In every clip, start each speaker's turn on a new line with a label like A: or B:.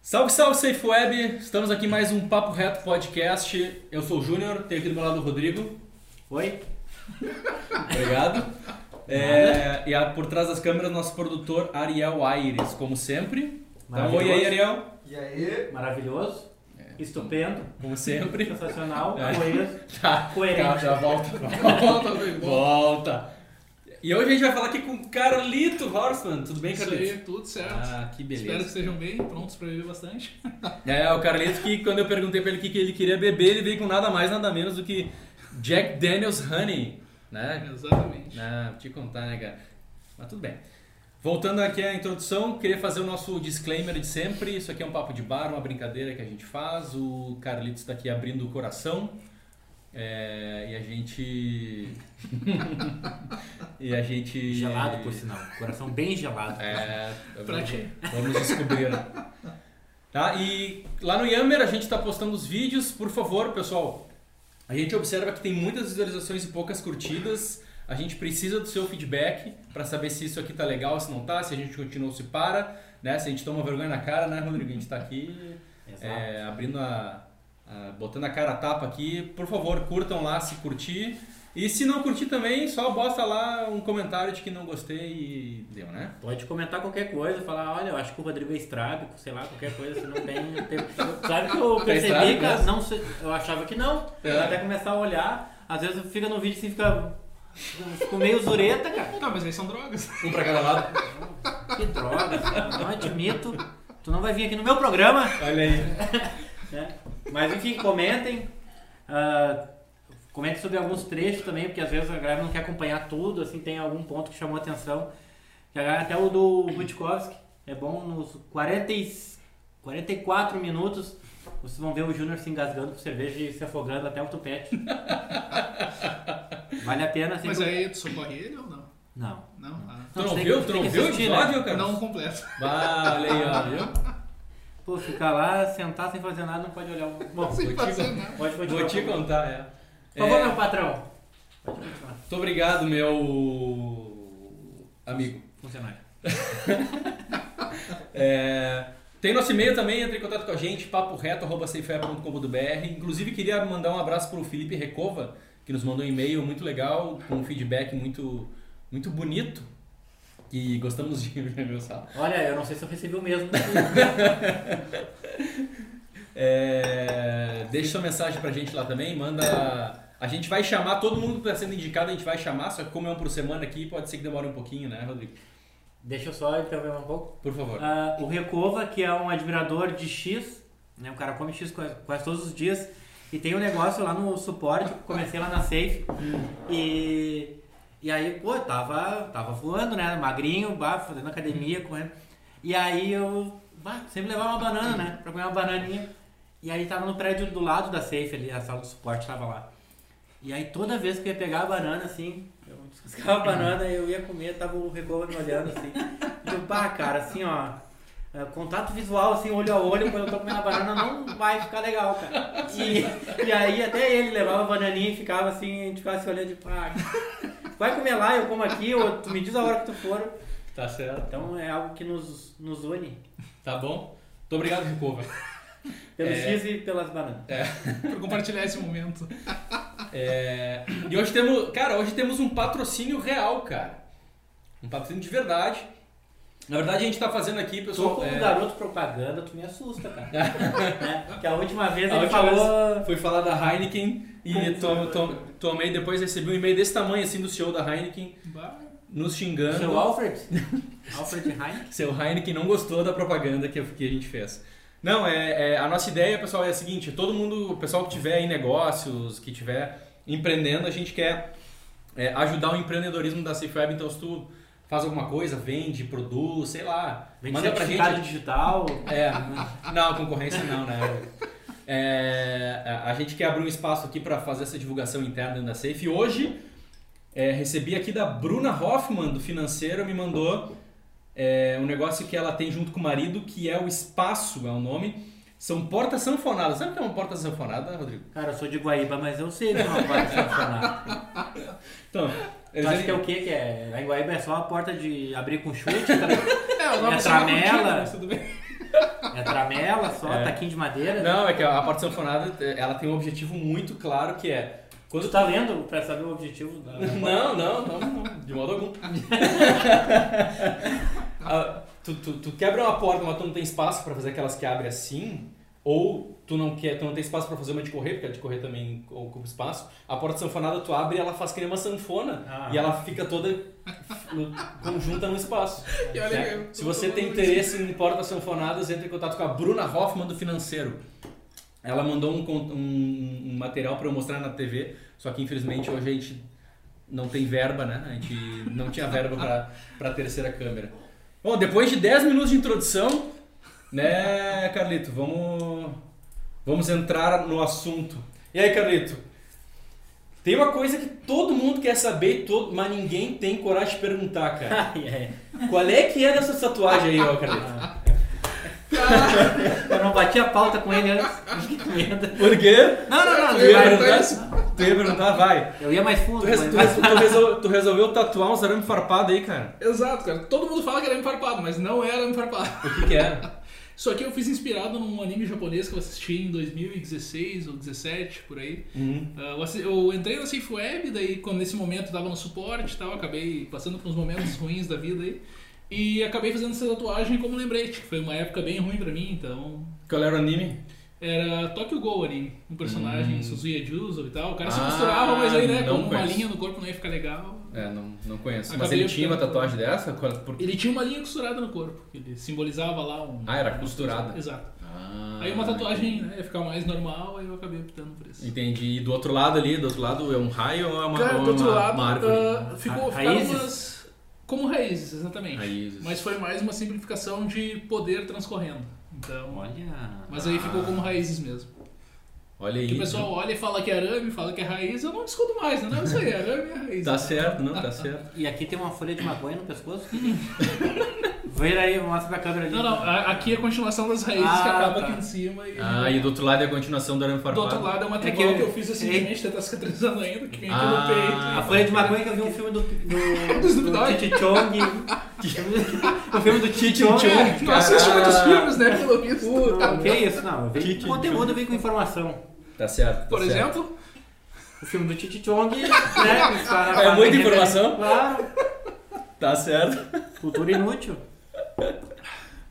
A: Salve, salve, Safe Web! Estamos aqui em mais um Papo Reto Podcast. Eu sou o Júnior, tenho aqui do meu lado o Rodrigo.
B: Oi?
A: Obrigado. É, e a- por trás das câmeras, nosso produtor Ariel Aires, como sempre. Então, oi aí,
B: Maravilhoso.
A: Ariel.
C: E aí?
B: Maravilhoso. Estupendo.
A: Como sempre.
B: Sensacional.
A: É.
B: Coeso.
A: Tá,
B: Coerente.
A: tá, já volta, volta, volta. E hoje a gente vai falar aqui com o Carlito Horstman. Tudo bem,
D: Isso
A: Carlito?
D: aí, tudo certo.
A: Ah, que beleza.
D: Espero que estejam bem, prontos pra beber bastante.
A: É, o Carlito que quando eu perguntei pra ele o que, que ele queria beber, ele veio com nada mais, nada menos do que Jack Daniels Honey, né?
D: Exatamente.
A: Ah, vou te contar, né, cara? Mas tudo bem. Voltando aqui à introdução, queria fazer o nosso disclaimer de sempre. Isso aqui é um papo de bar, uma brincadeira que a gente faz. O Carlito está aqui abrindo o coração. É, e a gente. e a gente.
B: Gelado, por sinal. Coração bem gelado.
A: É,
D: Pra
A: vamos,
D: ti.
A: vamos descobrir. né? Tá? E lá no Yammer a gente está postando os vídeos, por favor, pessoal. A gente observa que tem muitas visualizações e poucas curtidas. A gente precisa do seu feedback para saber se isso aqui tá legal, se não tá, se a gente continua ou se para, né? Se a gente toma vergonha na cara, né, Rodrigo? A gente tá aqui
B: Exato.
A: é, abrindo a, a- botando a cara a tapa aqui. Por favor, curtam lá se curtir. E se não curtir também, só bota lá um comentário de que não gostei e deu, né?
B: Pode comentar qualquer coisa, falar, olha, eu acho que o Rodrigo é estrábico, sei lá, qualquer coisa, se não tem. tem- Sabe que eu percebi,
A: estrábico
B: cara,
A: mesmo?
B: não sei- eu achava que não.
A: né? É.
B: Até começar a olhar, às vezes fica no vídeo assim, fica. Fico meio zureta, cara.
D: Tá, mas aí são drogas.
A: Um pra cada lado.
B: Que droga, cara, não admito. Tu não vai vir aqui no meu programa.
A: Olha aí.
B: né? Mas enfim, comentem. ah, comentem sobre alguns trechos também, porque às vezes a galera não quer acompanhar tudo, assim, tem algum ponto que chamou a atenção. Já galera- Até o do Butkovski, é bom nos 40, e- 44 minutos. Vocês vão ver o Júnior se engasgando com cerveja e se afogando até o tupete. vale a pena, assim.
A: é-
D: Mas aí tu socorre ele ou não?
B: Não.
D: Não? Ah.
A: Tu
B: tu
A: não
B: tem
A: viu?
B: que-
A: Tu
B: tem
A: não
B: que
A: viu o
B: assistir, né?
A: episódio, cara?
D: Não completo.
A: Bah, olha aí, ó, viu?
B: Pô, ficar lá, sentar sem fazer nada, não pode olhar o. Bom,
D: Sem
A: vou te
D: fazer
A: con-
D: nada.
B: pode continuar.
A: Vou te contar, é.
B: Por favor,
A: É,
B: meu patrão. Pode continuar.
A: Muito obrigado, meu amigo.
B: Funcionário.
A: É, tem nosso e-mail também, entre em contato com a gente, é paporeto.com.br. Inclusive, queria mandar um abraço pro Felipe Recova, que nos mandou um e-mail muito legal, com um feedback muito, muito bonito. E gostamos de meu sal.
B: Olha, eu não sei se eu recebi o mesmo.
A: É, deixa sua mensagem pra gente lá também, manda. A gente vai chamar, todo mundo que tá sendo indicado, a gente vai chamar, só que como é um por semana aqui, pode ser que demore um pouquinho, né, Rodrigo?
B: Deixa eu só interromper um pouco.
A: Por favor.
B: Ah, o Recova, que é um admirador de X, né? O cara come X quase, quase todos os dias. E tem um negócio lá no suporte, comecei lá na Safe. E, e aí, pô, eu tava, tava voando, né? Magrinho, bah, fazendo academia, correndo. E aí eu bah, sempre levava uma banana, né? Pra comer uma bananinha. E aí tava no prédio do lado da Safe ali, a sala do suporte tava lá. E aí toda vez que eu ia pegar a banana, assim, eu descascava a banana, eu ia comer, tava o Recova me olhando assim. E eu, pá, cara, assim, ó. é, Contato visual, assim, olho a olho, quando eu tô comendo a banana, não vai ficar legal, cara. E, e aí até ele levava a bananinha e ficava assim, a gente ficava se olhando de pá. Vai comer lá, eu como aqui, ou tu me diz a hora que tu for.
A: Tá certo.
B: Então é algo que nos, nos une.
A: Tá bom? Muito obrigado, Recover.
B: Pelo
A: É.
B: X e pelas bananas.
D: Pra compartilhar esse momento.
A: É, e hoje temos, cara, hoje temos um patrocínio real, cara. Um patrocínio de verdade. Na verdade, a gente tá fazendo aqui,
B: Tô
A: pessoal.
B: como
A: é,
B: garoto propaganda, tu me assusta, cara. Né? Que a última vez
A: A
B: ele
A: última
B: falou.
A: Fui falar da Heineken e
B: Puta,
A: to- to- tomei, depois recebi um e-mail desse tamanho, assim, do CEO da Heineken,
D: Bah,
A: nos xingando.
B: Seu Alfred? Alfred Heineken?
A: Seu Heineken não gostou da propaganda que, eu- que a gente fez. Não, é, é, a nossa ideia, pessoal, é a seguinte: todo mundo, o pessoal que tiver em negócios, que tiver empreendendo, a gente quer é, ajudar o empreendedorismo da Safe Web. Então, se tu faz alguma coisa, vende, produz, sei lá,
B: Vem
A: manda pra gente.
B: certificado digital.
A: É, não, concorrência não, né? É, a- a gente quer abrir um espaço aqui para fazer essa divulgação interna dentro da Safe. E Hoje, é, recebi aqui da Bruna Hoffman, do financeiro, me mandou é, um negócio que ela tem junto com o marido, que é o Espaço, é o nome. São portas sanfonadas. Sabe o que é uma porta sanfonada, Rodrigo?
B: Cara, eu sou de Guaíba, mas eu sei que não pode um funcionar.
A: Então,
B: Tu
A: eles-
B: acha que é o que que é? Lá em Guaíba é só a porta de abrir com chute, tá ligado?
D: É, eu
B: E a
D: tava mexendo na
B: tramela?
D: cortina, mas tudo bem.
B: É tramela só,
A: É.
B: taquinho de madeira.
A: Não, é que a parte sanfonada ela tem um objetivo muito claro que é. Quando
B: Tu tá lendo pra saber o objetivo da.
A: Não, não, não, não, de modo algum. Ah, tu, tu, tu quebra uma porta, mas tu não tem espaço pra fazer aquelas que abrem assim, ou tu não quer, tu não tem espaço pra fazer uma de correr, porque a de correr também ocupa espaço. A porta sanfonada tu abre e ela faz que nem uma sanfona
B: Ah.
A: e ela fica toda no- conjunta no espaço.
D: E olha,
A: né?
D: eu tô
A: Se você tem
D: falando
A: interesse em portas sanfonadas, entre em contato com a Bruna Hoffman do Financeiro. Ela mandou um, con- um- um material pra eu mostrar na TV, só que infelizmente hoje a gente não tem verba, né? A gente não tinha verba pra, pra terceira câmera. Bom, depois de 10 minutos de introdução, né, Carlito, vamos, vamos entrar no assunto. E aí, Carlito? Tem uma coisa que todo mundo quer saber, e todo, mas ninguém tem coragem de perguntar, cara.
B: Ai, ai.
A: Qual é que é dessa tatuagem aí, ó, Carlito?
B: Eu não bati a pauta com ele antes. Que merda.
A: Por quê?
B: Não, não, não.
A: Tu ia
B: vai.
A: perguntar isso? Tu ia perguntar, vai.
B: Eu ia mais fundo.
A: Tu, res-
B: mas-
A: tu res- tu resol- tu resolveu tatuar um zarame farpado aí, cara.
D: Exato, cara. Todo mundo fala que era enfarpado, mas não era enfarpado.
A: O que é? que era?
D: Isso aqui eu fiz inspirado num anime japonês que eu assisti em 2016 ou 17, por aí.
A: Hum.
D: Ah, eu assi- eu entrei na Safe Web, daí quando nesse momento eu tava no suporte e tal, acabei passando por uns momentos ruins da vida aí. E acabei fazendo essa tatuagem como lembrete. Foi uma época bem ruim pra mim, então.
A: Qual era o anime?
D: Era Tokyo Go ali, um personagem Suzuya Juzo e tal. O cara se
A: Hum. Ah,
D: misturava, mas aí, né,
A: não
D: com uma
A: conheço.
D: linha no corpo não ia ficar legal.
A: É, não, não conheço. Mas
D: Acabei
A: ele tinha uma
D: ficando-
A: tatuagem dessa? Qual- por-
D: Ele tinha uma linha costurada no corpo, ele simbolizava lá um.
A: Ah, era costurada.
D: Exato.
A: Ah,
D: Aí uma tatuagem né, ia ficar mais normal, aí eu acabei optando por isso.
A: Entendi. E do outro lado ali, do outro lado é um raio ou é uma,
D: Cara,
A: ou é
D: do outro
A: uma-
D: lado,
A: uma árvore?
D: ah, ficou,
B: Ra-
D: ficaram
B: raízes?
D: umas- Como raízes, exatamente.
A: Raízes.
D: Mas foi mais uma simplificação de poder transcorrendo. Então,
B: Olha.
D: mas aí ficou como raízes mesmo.
A: Olha
D: Que
A: aí.
D: o pessoal olha e fala que é arame, fala que é raiz, eu não discuto mais, né? Não, isso aí, arame é raiz.
A: Tá certo, não, tá certo.
B: E aqui tem uma folha de maconha no pescoço? Vê aí, mostra pra câmera ali.
D: Não, não, a- aqui é a continuação das raízes
B: Ah,
D: que acaba
B: tá.
D: aqui em cima e.
A: Ah, e do outro lado é a continuação do arame
D: Do
A: farpado.
D: outro lado é uma
B: É que
D: tribal que,
B: eu-
D: eu fiz recentemente, tá cicatrizando ainda, que vem aqui
A: Ah,
D: no peito.
B: A folha de maconha que eu vi um filme do. do.
D: Do Snoop
B: do
D: Dogg.
B: Titi Chong. o filme do Titi Chong.
D: É, não assiste
A: Caralho.
D: muitos filmes, né, pelo visto.
B: O que é isso? Não, eu vi
A: Cheat
B: com conteúdo, eu vi com informação.
A: Tá certo. tá
D: Por
A: certo.
D: exemplo,
B: O filme do Titi Chong, né? que os caras
A: É muita
B: fazem-
A: informação.
B: Claro.
A: Tá certo.
B: Cultura inútil.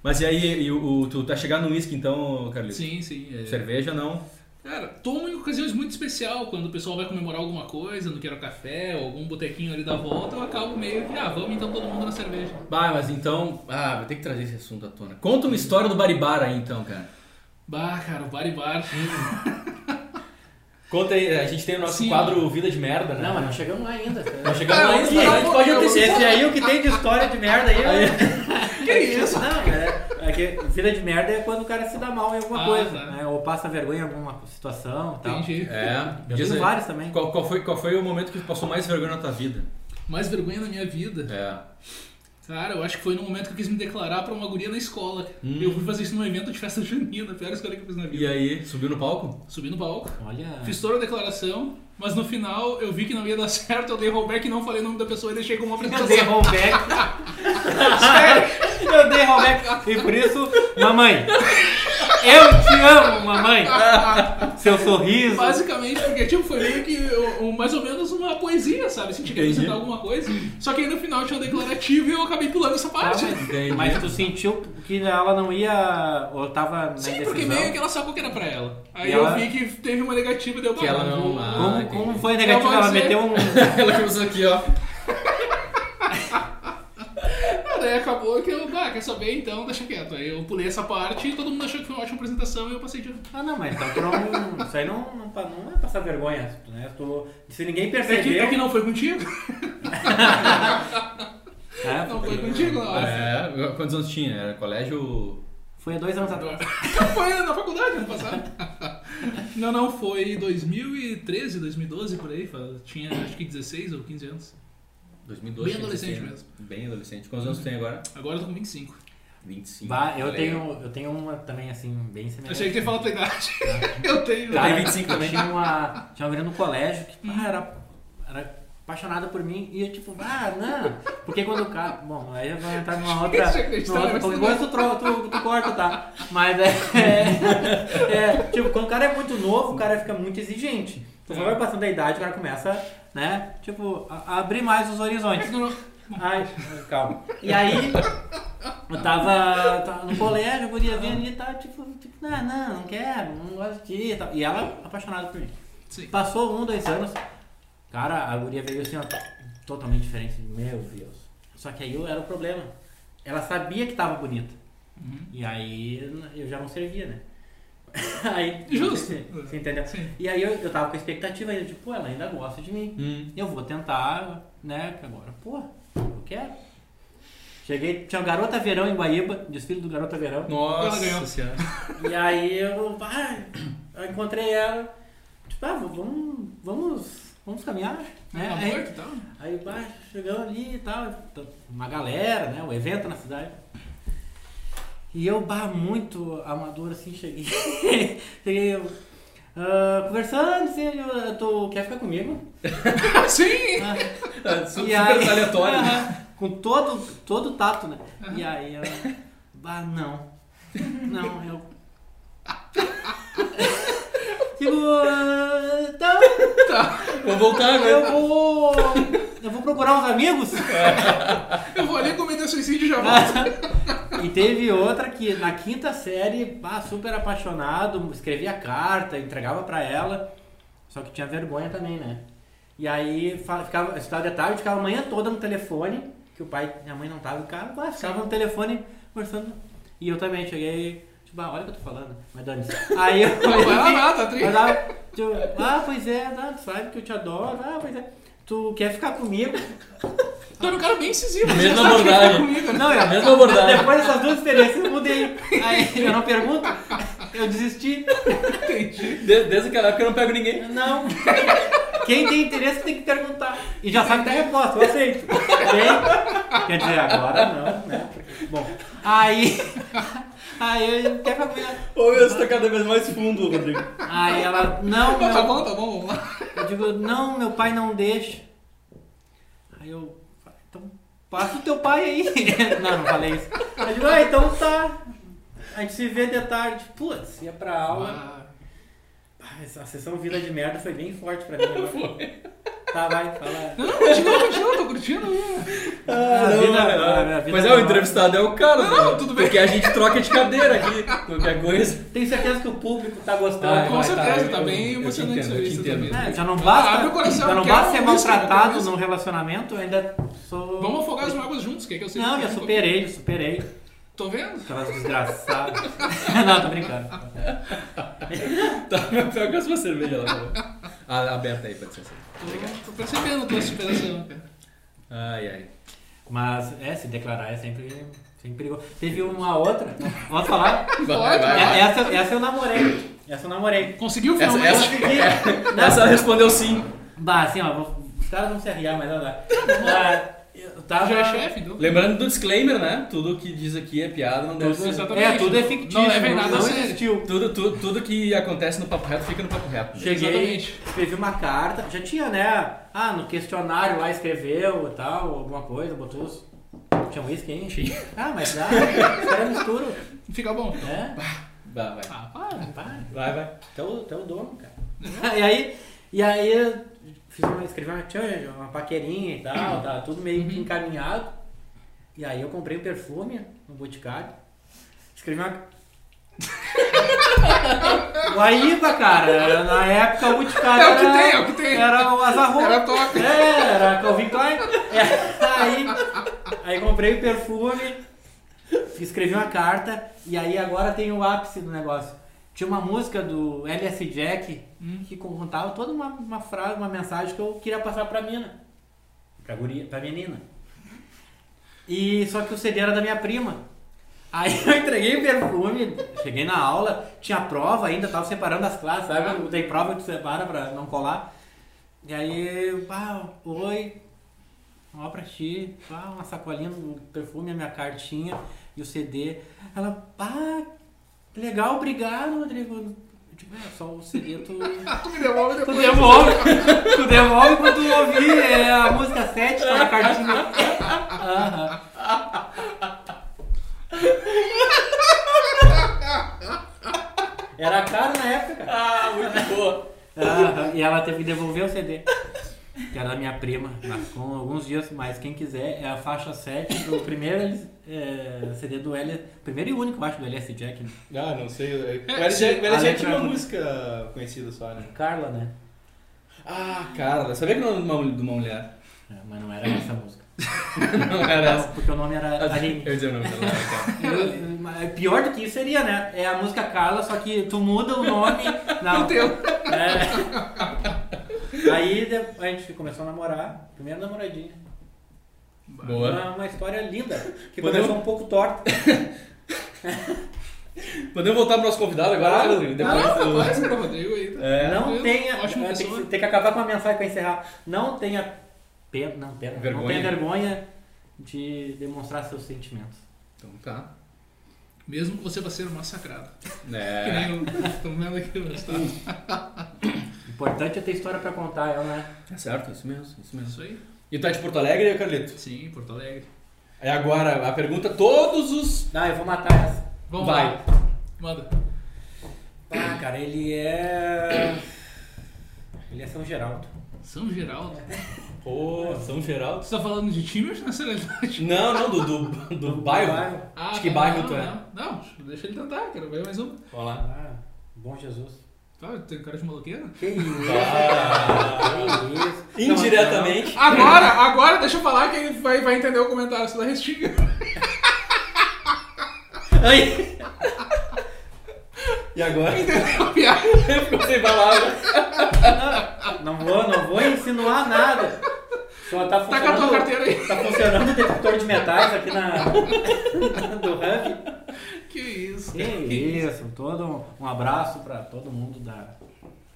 A: Mas e aí, e o, o- tu tá chegando no uísque então, Carlito?
D: sim, sim. é.
A: Cerveja não.
D: Cara, tomo em ocasiões muito especial, quando o pessoal vai comemorar alguma coisa, não quero café, ou algum botequinho ali da volta, eu acabo meio que, ah, vamos então todo mundo na cerveja.
A: Bah, mas então. Ah, vou ter que trazer esse assunto à tona. Conta uma história do Baribara aí então, cara.
D: Bah, cara, o bar e bar.
A: Conta aí, a gente tem o nosso
D: Sim.
A: quadro Vida de Merda, né?
B: Não, mas não chegamos lá ainda.
A: Nós chegamos lá,
D: Cara, um
A: antes,
D: que-
A: mas a gente pode antecipar.
B: Esse aí, o que tem de história de merda aí. né?
A: Aí-
D: que isso?
B: Não, é, é que vida de merda é quando o cara se dá mal em alguma
D: Ah,
B: coisa,
D: tá.
B: né? Ou passa vergonha em alguma situação e tal.
D: Entendi.
A: É,
B: Eu
A: diz
B: tenho
A: aí.
B: vários também.
A: Qual, qual foi, qual foi o momento que tu passou mais vergonha na tua vida?
D: Mais vergonha na minha vida.
A: É.
D: Cara, eu acho que foi no momento que eu quis me declarar pra uma guria na escola.
B: Hum.
D: Eu fui fazer isso num evento de festa junina, a pior escolha que eu fiz na vida.
A: E aí, subiu no palco?
D: Subi no palco,
B: Olha.
D: fiz toda a declaração, mas no final eu vi que não ia dar certo, eu dei rollback e não falei o nome da pessoa e deixei como uma
B: Eu dei
D: apresentação.
B: rollback. Sério? Eu dei rollback. E por isso, mamãe. Eu te amo, mamãe. Seu sorriso.
D: Basicamente, porque tipo, foi meio que eu- um- mais ou menos uma poesia, sabe? Se tinha que
A: Entendi.
D: acrescentar alguma coisa. Só que aí no final tinha um declarativo e eu acabei pulando essa
B: Tá,
D: parte.
A: Entendi.
B: mas, mas
D: né?
B: tu sentiu que ela não ia. Ou tava na
D: Sim,
B: indecisão.
D: porque meio que ela sacou que era pra ela. Aí
B: E
D: eu
B: ela-
D: vi que teve uma negativa e deu
A: Que ela não-
D: Ah,
A: Ah,
B: Como,
A: entendi.
B: como foi negativo?
D: Eu vou
B: Ela
D: dizer-
B: meteu um.
A: Ela começou aqui, ó.
D: Daí acabou que eu, ah, quer saber então, deixa quieto. Aí eu pulei essa parte e todo mundo achou que foi uma ótima apresentação e eu passei de ano.
B: Ah, não, mas então tu não. Isso aí não, não, pa- não é passar vergonha, né? Tu, se ninguém
D: É que,
B: perceber.
D: é que não foi contigo?
B: É,
D: Não
B: porque-
D: foi contigo, não.
A: É, quantos anos tinha? Era colégio.
B: Foi há dois anos atrás.
D: Foi na faculdade ano passado. Não, não, foi 2013, 2012 por aí. fa- Tinha acho que 16 ou 15 anos.
A: 2012.
D: Bem adolescente
A: tinha-
D: mesmo.
A: Bem adolescente. Quantos anos tu tem agora?
D: Agora eu tô com 25.
A: 25.
B: Bah,
A: Olha
B: eu
A: aí.
B: tenho, eu tenho uma também, assim, bem semelhante.
D: Eu achei que tinha falado a tua idade. Eu tenho.
A: Tá.
B: Cara,
A: tenho 25 também.
B: Tinha uma, tinha uma menina no colégio que pá, era, era apaixonada por mim, e eu tipo, ah, não, porque quando o cara. Bom, aí eu vou entrar numa outra.
D: Deixa eu acreditar,
B: numa outra
D: mas
B: qualquer
D: tudo
B: coisa tu, tro- tu, tu corta, tá? Mas é, é, é, Tipo, quando o cara é muito novo, o cara fica muito exigente.
D: É.
B: Quando vai passando da idade, o cara começa, né? Tipo, a- a abrir mais os horizontes.
D: Não, não.
B: Ai, calma. E aí, eu tava, tava no colégio, a guria vinha ali e tava tipo, tipo, não, não, não quero, não gosto de ti e tal. E ela apaixonada por mim.
D: Sim.
B: Passou um, dois anos, cara, a guria veio assim, ó, totalmente diferente. Meu Deus. Só que aí eu- era o problema. Ela sabia que tava bonita. E aí eu já não servia, né? aí,
D: Justo.
B: Você, você entendeu?
D: Sim.
B: E aí eu, eu tava com a expectativa ainda, tipo, pô, ela ainda gosta de mim.
A: Hum.
B: Eu vou tentar, né? que Agora, pô, eu quero. Cheguei, tinha o Garota Verão em Guaíba, desfile do Garota Verão.
D: Ela ganhou.
A: Nossa senhora.
B: E aí eu, ah, eu encontrei ela. Tipo, ah, vamos, vamos, vamos caminhar, né?
D: um Amor,
B: Aí,
D: que tal?
B: aí pá, chegamos ali e tal, t- uma galera, né? Um evento na cidade. E eu, bah, muito amador assim, cheguei. cheguei eu, ah, conversando, assim, eu, eu tô, quer ficar comigo?
D: Sim!
B: Ah,
A: É, su-
B: E
A: Super
B: aí-
A: aleatório. né?
B: Aham. Com todo, todo tato, né? E aí ela. Bah, não. Não, eu. tipo. ah, Tá,
A: Vou voltar agora.
B: eu vou. Eu vou procurar uns amigos.
D: Eu vou ali cometer suicídio e já volto.
B: Ah, e teve outra que na quinta série, bah, super apaixonado, escrevia carta, entregava pra ela, só que tinha vergonha também, né? E aí fa- ficava, eu estudava de tarde, ficava a manhã toda no telefone, que o pai e a mãe não tava em casa, bah, ficava no telefone conversando. E eu também cheguei, tipo, ah, olha o que eu tô falando, mas dane Aí eu.
D: Não vai lá, nada, tá
B: Eu
D: triste.
B: dava, tipo, ah, pois é, tá, tu sabe que eu te adoro, ah, pois é. Tu quer ficar comigo?
D: Tu era um cara bem incisivo. você
A: Mesma
D: sabe que vai
A: abordagem.
D: comigo, né?
B: Não, eu,
A: é Mesma abordagem.
B: Depois dessas duas experiências, eu mudei. Aí eu não pergunto, eu desisti.
D: Entendi.
A: De- Desde aquela época eu não pego ninguém.
B: Não. Quem tem interesse tem que perguntar. E já sabe até a resposta, eu aceito. Quem? Quer dizer, agora não, né? Bom, aí. Aí eu quero falar.
A: Ou eu estou tá cada vez mais fundo, Rodrigo.
B: Aí ela, não, né?
D: Não, tá
B: meu,
D: bom, tá bom, vamos lá.
B: eu digo, não, meu pai não deixa. Aí eu, então passa o teu pai aí. não, não falei isso. Aí eu digo, ah, então tá. A gente se vê de tarde. Putz, ia pra aula.
D: Ah,
B: Ah, essa- A sessão Vida de Merda foi bem forte pra mim. Foi. Tá, vai, fala.
D: Não, continua, continua, tô curtindo.
B: Ah,
A: não,
B: vida-
A: não, não.
B: a minha vida
A: Mas é, o
B: normal.
A: entrevistado é o cara.
D: Não,
A: né?
D: tudo bem.
A: Porque a gente troca de cadeira aqui. Qualquer coisa.
B: Tenho certeza que o público tá
A: Ai,
B: gostando.
D: com
A: vai,
D: certeza,
A: eu-
D: tá
A: eu
D: bem
A: te
D: emocionante
A: entendo, eu te
D: isso
A: entendo.
D: também.
B: É, já não
D: Abre o
B: basta,
D: coração,
B: já não
D: quero
B: basta ser
D: um whisky, eu
B: maltratado
D: quero um
B: num relacionamento, eu ainda sou.
D: Vamos afogar as mágoas juntos, que é que eu sei.
B: Não,
D: que
B: já
D: eu-
B: superei, já superei.
D: Tô vendo?
B: Aquelas desgraçadas. não, tô brincando.
A: Tá, mas pega essa cerveja lá. tá Ah, aberta aí, pode ser. essa.
D: Tô, tô percebendo a tua superação, cara.
A: Ai, ai.
B: Mas é, se declarar é sempre, sempre perigoso. Teve uma outra, posso falar?
A: Vai, vai,
B: É-
A: vai.
B: Essa, essa eu namorei. Essa eu namorei.
D: Conseguiu
A: Essa,
D: finalmente?
A: essa,
B: Não.
A: essa respondeu sim.
B: Bah, assim, ó, vou- os caras vão se arriar, mas não dá. Ah, eu tava.
D: Já é chefe, então.
A: Lembrando do disclaimer, né? Tudo que diz aqui é piada, não deve ser.
B: É, tudo é fictício.
D: Não levem nada a
B: não
D: sério.
B: existiu.
A: Tudo, tudo, tudo que acontece no papo reto fica no papo reto. né?
B: Cheguei,
D: Exatamente.
B: escrevi uma carta, já tinha, né? Ah, no questionário lá escreveu e tal, alguma coisa, botou os. Tinha uísque, hein? Ah, mas dá, os caras misturam.
D: Fica bom.
B: É,
A: Vai, vai.
D: Ah, para.
B: vai,
A: Vai, vai.
B: até o, até o dono, cara. e aí, e aí eu fiz uma, escrevi uma, tinha uma paquerinha e tal, tá tudo meio
D: Uhum.
B: que encaminhado. E aí eu comprei um perfume no Boticário, escrevi uma... Guaíba, cara, na época o Boticário
D: É o que
B: era-
D: tem, é o que tem.
B: Era o Azarro.
D: Era top.
B: É, era Calvin Klein. É, aí, aí comprei o perfume, escrevi uma carta e aí agora tem o ápice do negócio. Tinha uma música do LS Jack que contava toda uma, uma frase, uma mensagem que eu queria passar pra mina. Pra, guria, pra menina. E só que o CD era da minha prima. Aí eu entreguei o perfume, cheguei na aula, tinha prova ainda, tava separando as classes, sabe? Tem prova que tu separa pra não colar. E aí, pá, oi, ó pra ti, pá, uma sacolinha, um perfume, a minha cartinha e o CD. Ela, pá, que legal, obrigado, Rodrigo. Tipo, é, só o CD tu.
C: Tu me devolve
B: Tu
C: depois.
B: devolve, tu devolve quando tu ouvir é, a música 7 tá na cartinha. Aham. Era caro na época, cara.
A: Ah, muito boa.
B: Aham. E ela teve que devolver o CD. Que era da minha prima, mas com alguns dias mais, quem quiser, é a faixa 7 do primeiro é, CD do L. Primeiro e único, eu acho, do LS Jack. né?
C: Ah, não sei.
D: É,
C: O Eric Jack- o Eric Jack
B: Alex
C: tinha uma
B: vai-
C: música conhecida só, né?
B: Carla, né?
A: Ah, cara, sabia que não é nome de uma mulher?
B: É, mas não era essa música.
A: Não era essa.
B: Não, porque o nome era Aline.
A: Eu ia dizer o nome dela. cara. tá.
B: É, Pior do que isso seria, né? É a música Carla, só que tu muda o nome na. É. Aí de- a gente começou a namorar, primeira namoradinha.
A: Boa.
B: Uma, uma história linda, que
A: Podemos-
B: começou um pouco torta.
A: Podemos voltar pro nosso convidado agora,
B: Claro.
A: Rodrigo?
D: Não,
A: Depois
D: Ah, não,
A: do-
D: rapaz, cara, o Rodrigo aí. tá?
A: É.
B: Não
D: Eu-
B: tenha.
D: ótima
B: é, Tem que,
D: pessoa.
B: tem que acabar com a mensagem pra encerrar. Não tenha pena. Não, pena. Não
A: Vergonha.
B: tenha vergonha de demonstrar seus sentimentos.
A: Então tá.
D: Mesmo que você vá ser um massacrado. Que
A: É.
D: nem eu. Tô vendo aqui tá. no estado.
B: O importante é ter história pra contar, eu, né?
A: Tá certo, isso mesmo, isso mesmo.
D: Isso aí.
A: E tu é de Porto Alegre, Carlito?
D: Sim, Porto Alegre.
A: Aí agora, a pergunta, todos os...
B: Não, eu vou matar essa.
D: Vamos
A: Vai.
D: lá. Manda.
B: Ah, cara, ele é. Ele é São Geraldo.
D: São Geraldo.
A: Pô, São Geraldo.
D: Você tá falando de time ou de nacionalidade?
A: Não, não, do, do, do bairro. De que
D: tá,
A: bairro
D: não,
A: tu é?
D: Não, não, deixa ele tentar, quero ver mais uma.
A: Vamos lá.
B: Ah, bom Jesus.
D: Tá, tem cara de maloqueiro?
B: Que isso,
A: Ah.
B: cara, que isso.
A: Indiretamente.
D: Agora, agora, deixa eu falar que ele vai, vai entender o comentário se da Restinga.
B: Ai,
A: E agora?
D: Entendeu a piada?
A: Ficou sem palavras.
B: Não vou, não vou insinuar nada. Só tá
D: Tá com a tua
B: funcionando.
D: carteira aí.
B: Tá funcionando o detector de metais aqui na. do Hub.
D: Que isso.
B: Que isso, todo um, um abraço pra todo mundo da.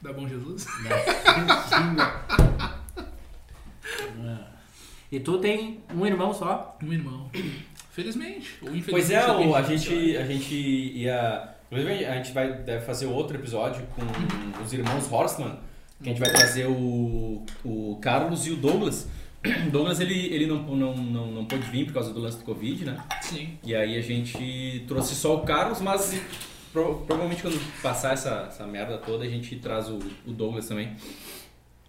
D: Dá bom Jesus?
B: da Cíndia. Ah. E tu tem um irmão só?
D: Um irmão. Felizmente. Ou infelizmente.
A: Pois é, o-
D: depende
A: a
D: da
A: gente,
D: pessoa.
A: a gente ia. Inclusive, a gente vai deve fazer outro episódio com os irmãos Horstman, que a gente vai trazer o, o Carlos e o Douglas. O Douglas ele, ele não, não, não, não pôde vir por causa do lance do Covid, né?
D: Sim.
A: E aí a gente trouxe só o Carlos, mas pro- provavelmente quando passar essa, essa merda toda a gente traz o, o Douglas também.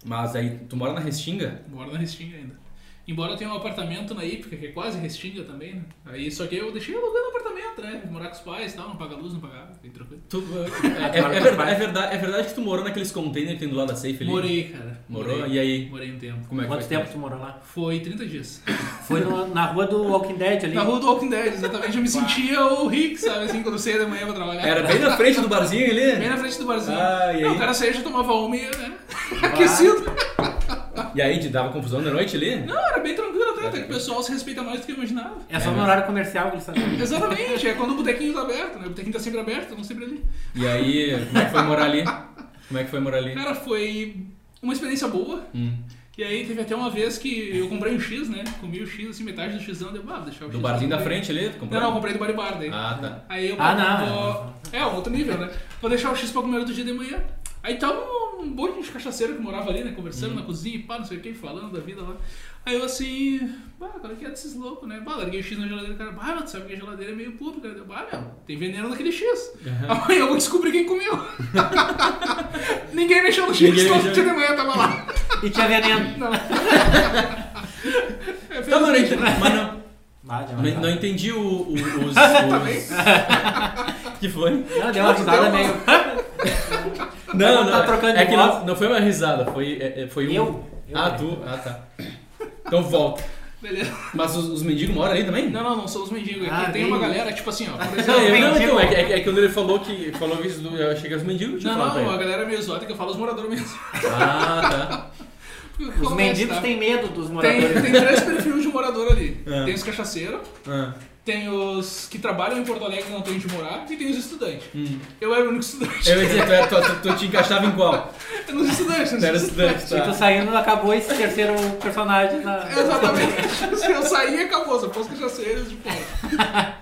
A: Mas aí, tu mora na Restinga?
D: Moro na Restinga ainda. Embora eu tenha um apartamento na Ípica, que é quase Restinga também, né? Aí, só que eu deixei alugando o apartamento, né? Morar com os pais e tal, não paga luz, não paga água, bem tranquilo.
A: Tu- é, é, é verdade, é, verdade, é verdade que tu morou naqueles containers que tem do lado da safe ali?
D: Morei, cara.
A: Morou?
D: Morei.
A: E aí?
D: Morei um tempo.
A: Como é que
B: Quanto
A: foi?
B: tempo tu morou lá?
D: Foi 30 dias.
B: Foi no- na rua do Walking Dead ali.
D: Na rua do Walking Dead, exatamente. Eu me sentia o Rick, sabe? Assim, quando eu saía da manhã pra trabalhar.
A: Era bem na frente do barzinho
D: Bem
A: ali?
D: na frente do barzinho.
A: Ah, e
D: Não,
A: aí?
D: o cara saía, já tomava uma e ia, né? Aquecido.
A: E aí, te dava confusão da noite ali?
D: Não, era bem tranquilo até, até que o pessoal se respeita mais do que eu imaginava.
B: É só no horário comercial que eles sabem.
D: Exatamente, é quando o botequinho tá aberto, né? O botequinho tá sempre aberto, não sempre ali.
A: E aí, como é que foi morar ali? Como é que foi morar ali?
D: Cara, foi uma experiência boa.
A: Hum,
D: E aí teve até uma vez que eu comprei um X, né? Comi o X, assim, metade do X, eu ah, vou deixar o X.
A: do barzinho da
D: Comprei.
A: frente ali? Tu
D: Não,
A: comprou?
D: não, eu comprei do Baribar daí.
A: Ah, tá.
D: Aí eu
B: Ah,
D: vou... É, um outro nível, né? Vou deixar o X pra comer outro dia de manhã. Aí tava um monte de cachaceiro que morava ali, né? Conversando na cozinha, e pá, não sei o que, falando da vida lá. Aí eu assim, bah, qual é que é desses loucos, né? Bah, larguei o X na geladeira, o cara, bah, mas tu sabe que a geladeira é meio pública. né? Eu, Bah, meu, tem veneno naquele X. Amanhã eu vou descobrir quem comeu. Ninguém mexeu no X,
A: Ninguém
D: todo
A: mexeu.
D: dia de manhã tava lá.
B: E tinha veneno.
D: Não. É,
A: Tá, mas não
D: felizmente,
A: entendi, mas não,
B: Nada,
A: não- não entendi o, o- os... os-
D: Tá
A: que foi? um
B: Não, deu uma risada meio.
A: Não,
B: Tá
A: não,
B: trocando
A: é
B: de
A: que
B: voz?
A: não, não foi uma risada, foi, é, é, foi um...
B: Eu? Eu,
A: ah,
B: né?
A: tu? Ah, tá. Então volta.
D: né? Beleza.
A: Mas os, os mendigos moram ali também?
D: Não, não, não são os mendigos. É
B: Ah,
D: que tem
B: bem
D: uma
B: isso.
D: galera, tipo assim, ó. por
A: Não,
D: exemplo-
A: eu, não,
B: mendigo.
A: então, é, que- é que- é que quando ele falou que falou isso, do- eu achei que era os mendigos. tinha
D: Não,
A: falado pra
D: não, a
A: ele.
D: galera é meio zoada que eu falo os moradores mesmo. é
A: Ah, tá.
B: Os
D: tá?
B: mendigos têm medo dos moradores.
D: Tem, tem três perfis de morador ali.
A: É.
D: Tem os cachaceiros,
A: Ah,
D: tem os que trabalham em Porto Alegre e não tem onde morar, e tem os estudantes.
A: hum.
D: Eu era o único estudante.
A: Eu ia dizer, tu, era- tu- tu- tu te encaixava em qual?
D: Eu... Nos estudantes, né? nos
A: Tu era
D: estudantes.
A: estudante,
B: E tu
A: tá?
B: saindo, acabou esse terceiro personagem na.
D: Exatamente. Se eu sair, acabou. Só fosse cachaceiros de fora.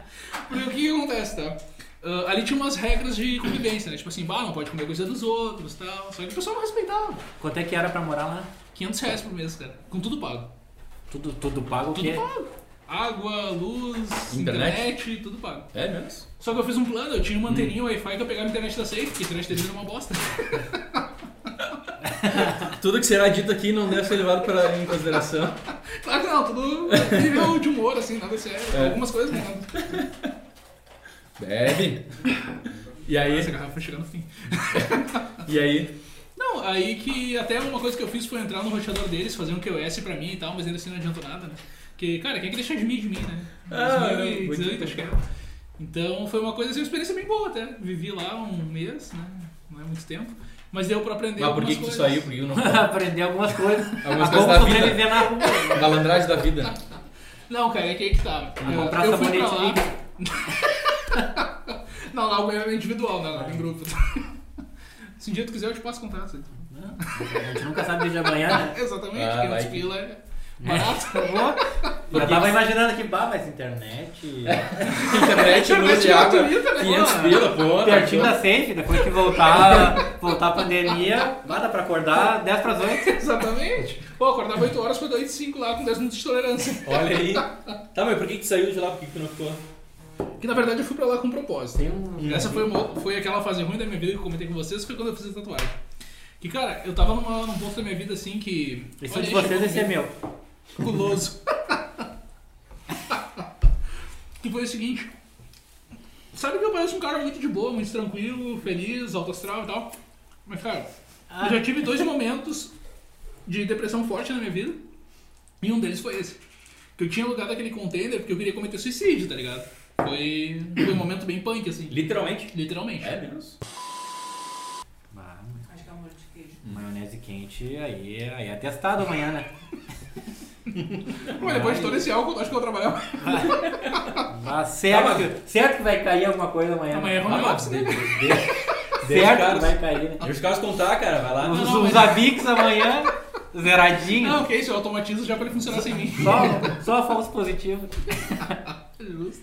D: Porque o que que acontece, tá? ah, ali tinha umas regras de convivência, né? Tipo assim, bah, não pode comer coisa dos outros e tal. Só que o pessoal não respeitava.
B: Quanto é que era pra morar lá?
D: 500 reais por mês, cara. Com tudo pago.
B: Tudo, tudo pago o
D: Tudo
B: quê?
D: pago. Água, luz,
A: Internet?
D: internet, tudo pago.
A: É mesmo?
D: Só que eu fiz um plano, eu tinha
A: Hum.
D: uma anteninha Wi-Fi que eu pegava a internet da Safe, porque a internet deles era uma bosta.
A: Tudo que será dito aqui não deve ser levado pra, em consideração.
D: Claro que não, tudo nível de humor, assim, nada sério.
A: É.
D: Algumas coisas, mas nada.
A: Bebe. E aí,
D: Essa garrafa vai chegar no fim.
A: e aí,
D: Não, aí que até uma coisa que eu fiz foi entrar no roteador deles, fazer um QoS pra mim e tal, mas ainda assim não adiantou nada, né? Porque, cara, quem é que deixa de mim de mim, né?
A: Ah,
D: 2018,
A: muito.
D: acho que era. Então foi uma coisa, assim, uma experiência bem boa até. Vivi lá um mês, né? Não é muito tempo. Mas deu pra aprender
A: mas por que,
D: algumas
A: que tu
D: coisas.
A: saiu? Por que que não
B: Aprender algumas coisas.
A: Algumas coisas
B: a como
A: da vida.
B: sobreviver na rua.
A: Malandragem da vida.
D: Não, cara, é que aí que tá. Eu,
B: comprar
D: eu fui pra
B: sabonete
D: lá. não, lá o ganho é individual, né? Lá em grupo. Se um dia tu quiser, eu te passo contato.
B: A gente nunca sabe desde amanhã, né?
D: Exatamente,
A: Ah, vai
D: ah, quem
A: que-
D: desfila é barato.
B: Eu tava imaginando que, bah, mas internet. é
A: Internet, luz de água,
D: né?
A: 500 pila, pô. tá
B: Pertinho da safe, depois que voltar, voltar a pandemia, bah, dá pra acordar 10 pras 8.
D: Exatamente. Pô, acordava 8 horas pra 8 e 5 lá com 10 minutos de tolerância.
A: Olha aí. Tá, mas por que que tu saiu de lá? Por que que tu não ficou?
D: Que na verdade eu fui pra lá com um propósito.
B: Tem um.
D: Essa foi, uma- foi aquela fase ruim da minha vida que eu comentei com vocês, foi quando eu fiz a tatuagem. Que cara, eu tava numa- num ponto da minha vida assim que.
B: Isso
D: olha
B: de
D: aí,
B: vocês,
D: chegou
B: esse é meu.
D: Guloso. que foi o seguinte. Sabe que eu pareço um cara muito de boa, muito tranquilo, feliz, alto astral e tal. Mas, cara,
B: Ah.
D: eu já tive dois momentos de depressão forte na minha vida. E um deles foi esse. Que eu tinha alugado aquele container porque eu queria cometer suicídio, tá ligado? Foi, foi um momento bem punk, assim.
A: Literalmente.
D: Literalmente.
A: É mesmo.
B: Bah,
E: Acho que é um molho de queijo.
B: maionese quente, aí, aí é testado amanhã, né?
D: Mas depois de todo esse álcool, eu acho que eu vou trabalhar.
B: Bah, certo, que- certo que vai cair alguma coisa Tá, amanhã.
D: Amanhã é
A: Ah,
B: né?
D: home office, né?
A: Deixa os
B: Certo Tá, que
A: caras,
B: vai cair, né?
A: deixa os caras contar, cara. Vai lá.
B: Os,
D: não,
B: os
D: mas-
B: Avix amanhã, zeradinho.
D: Não, que isso, eu automatizo já pra ele funcionar sem mim.
B: Só, só falso positivo.
D: Justo.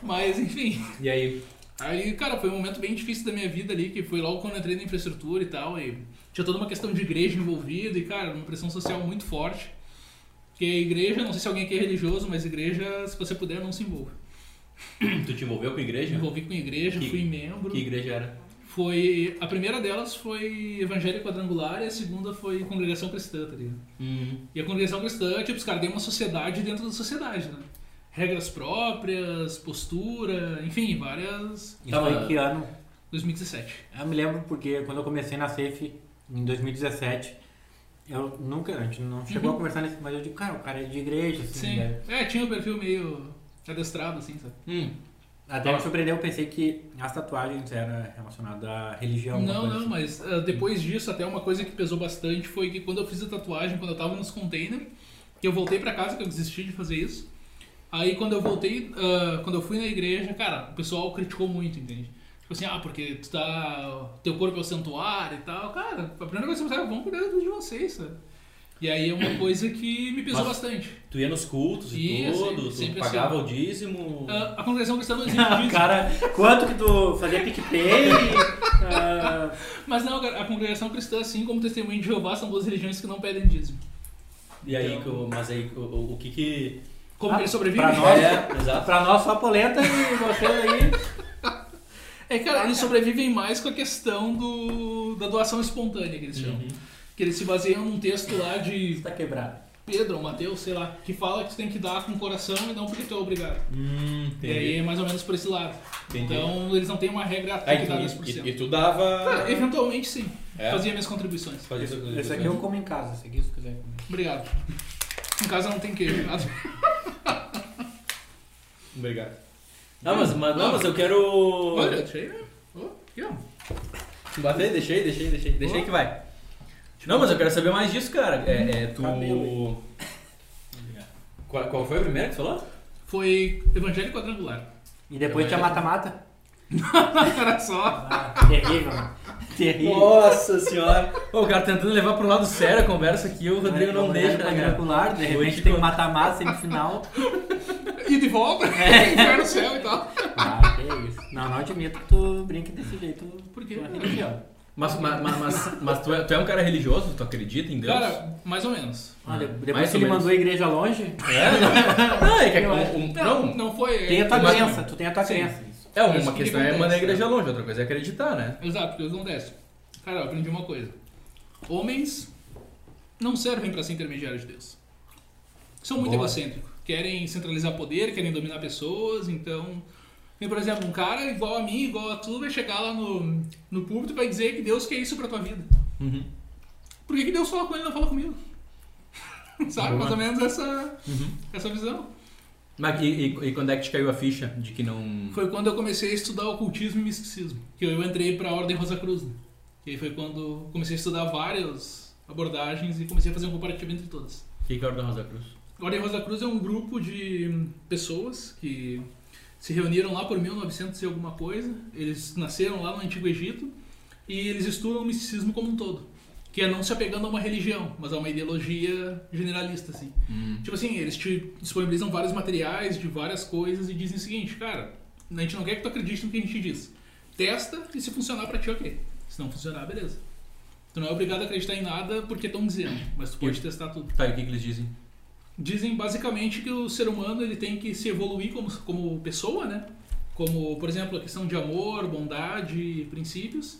D: Mas, enfim.
A: E aí?
D: Aí, cara, foi um momento bem difícil da minha vida ali, que foi logo quando eu entrei na infraestrutura e tal, e tinha toda uma questão de igreja envolvida, e, cara, uma pressão social muito forte. Porque igreja, não sei se alguém aqui é religioso, mas igreja, se você puder, não se envolva.
A: Tu te envolveu com a
D: Me
A: igreja?
D: envolvi com igreja,
A: Que-
D: fui membro.
A: Que igreja era?
D: Foi. A primeira delas foi Evangelho Quadrangular e a segunda foi Congregação Cristã, tá ligado?
A: Hum.
D: E a congregação cristã, tipo, os caras têm uma sociedade dentro da sociedade, né? Regras próprias, postura, enfim, várias.
B: Isso
A: Tá,
B: foi
A: mas-
B: Então, é que ano?
D: 2017.
B: Eu me lembro porque quando eu comecei na Safe em 2017, eu nunca, a gente não chegou a conversar nesse, mas eu digo, cara, o cara é de igreja, assim,
D: Sim.
B: né?
D: É, tinha um perfil meio adestrado, assim, sabe?
A: Hum.
B: Até me surpreendeu, eu pensei que as tatuagens eram relacionadas à religião. alguma
D: Não,
B: coisa
D: não,
B: assim.
D: mas ah, depois disso, até uma coisa que pesou bastante foi que quando eu fiz a tatuagem, quando eu tava nos containers, que eu voltei pra casa, que eu desisti de fazer isso. Aí quando eu voltei, ah, quando eu fui na igreja, cara, o pessoal criticou muito, entende? Tipo assim, ah, porque tu tá. Teu corpo é o santuário e tal. Cara, a primeira coisa que você sabe, vamos cuidar de vocês, sabe? E aí é uma coisa que me pesou
A: Mas-
D: bastante.
A: Tu ia nos cultos e
D: Ia,
A: tudo,
D: sempre-
A: tu
D: sempre assim.
A: pagava o dízimo.
D: Ah, a congregação cristã não exige dízimo.
B: Cara, quanto que tu fazia PicPay? ah,
D: Mas não, cara, a congregação cristã, assim como o testemunho de Jeová, são duas religiões que não pedem dízimo.
A: E aí,
D: então-
A: que eu- mas aí, o, o- o que que...
D: Como
B: Ah,
D: que ele sobrevive?
B: pra nós-
A: É, exato.
B: pra nós só polenta e você aí.
D: É, cara, eles sobrevivem mais com a questão do, da doação espontânea que eles
A: Uhum.
D: chamam. Que eles se baseiam num texto lá de
B: Tá quebrado.
D: Pedro ou Mateus, sei lá, que fala que tu tem que dar com o coração e não porque tu é obrigado.
A: Hum,
D: E aí
A: entendi.
D: é mais ou menos por esse lado.
A: Entendi.
D: Então eles não têm uma regra ah,
A: Aí
D: que dá
A: tu,
D: 10%.
A: e, e tu dava...
D: Cara, Ah, eventualmente sim.
A: É?
D: Fazia minhas contribuições.
A: Fazia essa coisa.
B: Esse aqui eu como em casa, se aqui se quiser comer.
D: Obrigado. Em casa não tem queijo, nada.
A: Obrigado. Não, mas, mas, não, mas eu quero...
D: Olha, achei. né? Ó, aqui, ó.
A: Batei, deixei, deixei, deixei. Deixei que vai. Não, mas eu quero saber mais disso, cara. É, é, tu.
B: Cabelo.
A: Qual, qual foi a primeira que tu falou?
D: Foi Evangelho Quadrangular.
B: E depois tinha mata-mata?
D: Era só.
B: Ah, terrível, mano. Terrível.
A: Nossa senhora! Ô, o cara tentando levar pro lado sério a conversa aqui, o
B: é
D: é
A: Rodrigo não deixa, né, cara?
B: regular,
A: Vou
B: de
A: te
B: repente tem
A: contar.
B: mata-mata semifinal.
A: É.
D: Ida e volta, inferno, céu e tal.
B: Ah, que isso. Não, não admito que tu brinque desse jeito. é
D: Por quê?
B: com a religião.
A: Mas, mas, mas, mas, mas tu, é, tu é um cara religioso? Tu acredita em Deus?
D: Cara, mais ou menos.
B: Ah, de-
A: Mais
B: depois que
A: ou
B: ele
A: menos.
B: mandou a igreja longe,
A: É, não. Não, é que é
B: Eu
A: um- um- não,
D: tá. não foi.
B: tem a tua
A: Mas-
B: crença, tu tem a tua
D: Sim.
B: crença.
A: é
D: Mas
A: uma
D: o que
A: questão é
D: acontece,
A: mandar a igreja
D: né?
A: longe, outra coisa é acreditar, né?
D: Exato, porque eles não descem. Cara, eu aprendi uma coisa. Homens não servem para ser intermediários de Deus. São muito
A: Boa.
D: egocêntricos. Querem centralizar poder, querem dominar pessoas, então... E, por exemplo, um cara igual a mim, igual a tu, vai chegar lá no, no púlpito e vai dizer que Deus quer isso pra tua vida.
A: Uhum.
D: Por que, que Deus fala com ele e não fala comigo? Sabe? Mais ou menos essa, essa visão.
A: Uhum. Mas e, e- e quando é que te caiu a ficha de que não.
D: Foi quando eu comecei a estudar ocultismo e misticismo, que eu entrei para a Ordem Rosa Cruz. Né? E aí foi quando comecei a estudar várias abordagens e comecei a fazer um comparativo entre todas.
A: O que que é a Ordem Rosa Cruz?
D: A Ordem Rosa Cruz é um grupo de pessoas que se reuniram lá por 1900 e alguma coisa. Eles nasceram lá no Antigo Egito e eles estudam o misticismo como um todo, que é não se apegando a uma religião, mas a uma ideologia generalista assim. Tipo assim, eles te disponibilizam vários materiais de várias coisas e dizem o seguinte, cara, a gente não quer que tu acredite no que a gente diz. Testa e se funcionar pra ti, ok. Se não funcionar, beleza. Tu não é obrigado a acreditar em nada porque estão dizendo, mas tu pode testar tudo.
A: Tá, e o que, que eles dizem?
D: Dizem basicamente que o ser humano ele tem que se evoluir como, como pessoa, né? Como, por exemplo, a questão de amor, bondade, princípios.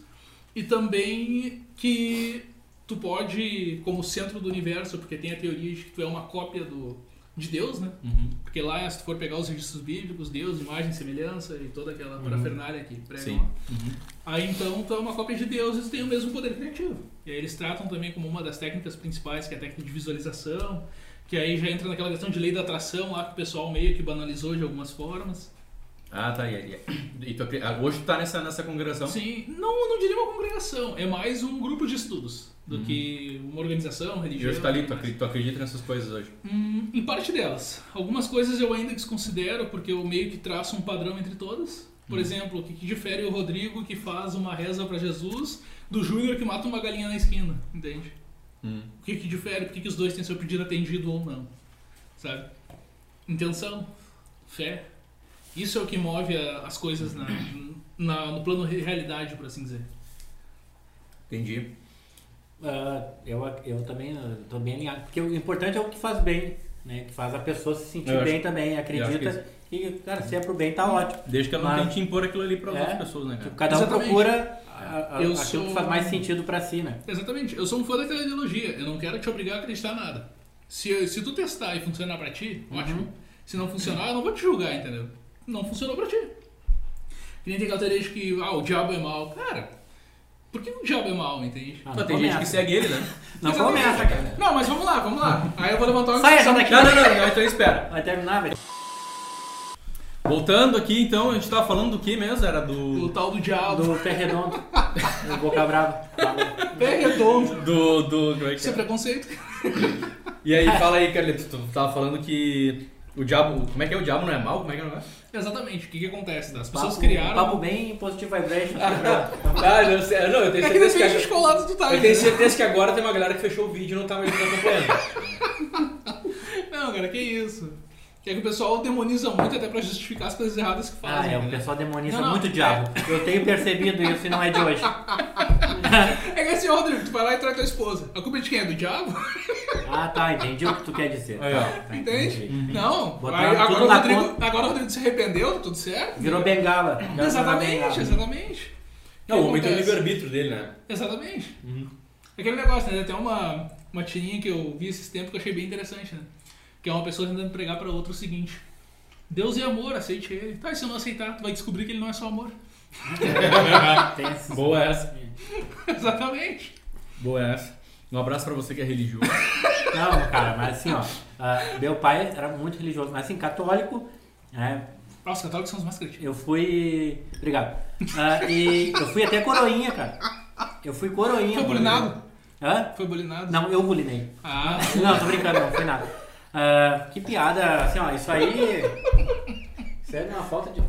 D: E também que tu pode, como centro do universo, porque tem a teoria de que tu é uma cópia do, de Deus, né?
A: Uhum.
D: Porque lá, se tu for pegar os registros bíblicos, Deus, imagem, semelhança e toda aquela parafernália que pregam
A: Sim.
D: lá.
A: uhum.
D: Aí então tu é uma cópia de Deus e tu tem o mesmo poder criativo. E aí eles tratam também como uma das técnicas principais, que é a técnica de visualização, que aí já entra naquela questão de lei da atração lá que o pessoal meio que banalizou de algumas formas.
A: Ah, tá. E, e- e tu acre- ah, hoje tu tá nessa, nessa congregação?
D: Sim, não, não diria uma congregação, é mais um grupo de estudos do
A: Uhum.
D: que uma organização,
A: E
D: religião.
A: hoje tá ali, tu
D: tudo mais.
A: acredita, tu acredita nessas coisas hoje?
D: Hum, em parte delas. Algumas coisas eu ainda desconsidero, porque eu meio que traço um padrão entre todas. Por
A: Hum.
D: exemplo, o que, que difere é o Rodrigo que faz uma reza pra Jesus do Júnior que mata uma galinha na esquina, entende?
A: Hum.
D: O que, que difere? Por que, que os dois têm seu pedido atendido ou não? Sabe? Intenção, fé. Isso é o que move a- as coisas na, na- no plano de realidade, por assim dizer.
A: Entendi.
B: Ah, eu, eu também eu tô bem alinhado. Porque o importante é o que faz bem, né? Que faz a pessoa se sentir
A: Eu acho-
B: bem
A: eu
B: também,
A: acho
B: acredita. E, cara, se é pro bem, tá ótimo.
A: Desde que ela não
B: Mas-
A: tente impor aquilo ali pra
B: É.
A: outras pessoas, né,
B: Tipo,
A: cara?
B: cada um
D: Exatamente.
B: procura a- a-
D: Eu
B: aquilo
D: sou-
B: que faz mais sentido pra si, né?
D: Exatamente. Eu sou um fã daquela ideologia. Eu não quero te obrigar a acreditar em nada. Se, se tu testar e funcionar pra ti,
B: Uhum.
D: ótimo. Se não funcionar, eu não vou te julgar, entendeu? Não funcionou pra ti. Que nem tem aquela teoria de que ah, o diabo é mau. Cara, por que o diabo é mau, entende?
B: Ah,
A: Só
B: não
A: tem gente
B: começa.
A: que segue ele, né?
B: Não
D: Exatamente.
B: começa, cara.
D: Não, mas vamos lá, vamos lá. Aí eu vou levantar uma
B: Sai
D: questão.
B: essa daqui.
A: Não, não, não, não, então espera.
B: Vai terminar, velho.
A: Voltando aqui, então, a gente tava falando do que mesmo? Era
D: O
A: do.
D: tal do diabo.
B: Do pé redondo. do boca brava.
D: É redondo.
A: Do. do como é que
D: Isso é
A: é?
D: preconceito.
A: E aí, fala aí, Carlito, tu tava falando que. O diabo. Como é que é? O diabo não é mal? Como é que é o negócio?
D: Exatamente. O que, que acontece? As pessoas
B: Papo,
D: criaram.
B: papo bem positive vibration.
A: Ah, não, sei- não, eu tenho certeza
D: É que
A: que.
D: depende dos
A: agora-
D: colados do né?
A: Eu
D: time.
A: tenho certeza que agora tem uma galera que fechou o vídeo e não tá mais nos acompanhando.
D: Não, cara, que isso. Que é que o pessoal demoniza muito até pra justificar as coisas erradas que
B: Ah,
D: fazem.
B: é, o
D: né?
B: pessoal demoniza
D: Não, não,
B: muito o
D: é.
B: diabo. Eu tenho percebido isso e não é de hoje.
D: É que assim, ó, Rodrigo, tu vai lá e trai tua esposa. A culpa é de quem? É do diabo?
B: Ah, tá, entendi o que tu quer dizer.
A: Aí, ó.
B: Tá,
D: Entende? Não.
B: Botaram
D: Aí,
B: tudo
D: agora, o
B: na
D: Rodrigo, agora o Rodrigo se arrependeu, tá tudo certo?
B: Virou bengala. Já virou né?
D: Exatamente,
B: bengala.
D: exatamente.
A: Não, o homem tem o
D: Acontece.
A: livre-arbítrio dele, né?
D: Exatamente.
B: Uhum.
D: Aquele negócio, né? Tem uma, uma tirinha que eu vi esses tempos que eu achei bem interessante, né? Que é uma pessoa tentando pregar pra outra o seguinte. Deus é amor, aceite ele. Tá, e se eu não aceitar, tu vai descobrir que ele não é só amor.
B: Tem esses-
A: Boa essa.
D: Exatamente.
A: Boa essa. Um abraço pra você que é religioso.
B: Não, cara, mas assim, ó. ah, meu pai era muito religioso, mas assim, católico, né?
D: Nossa, os católicos são os mais crentes.
B: Eu fui. Obrigado. Ah, e eu fui até coroinha, cara. Eu fui coroinha.
D: Foi bulinado?
B: Hã?
D: Foi bulinado?
B: Não, eu bulinei.
D: Ah,
B: Não, tô brincando, não foi nada. Ah, que piada, assim, ó, isso aí. Isso aí é de uma falta de. Isso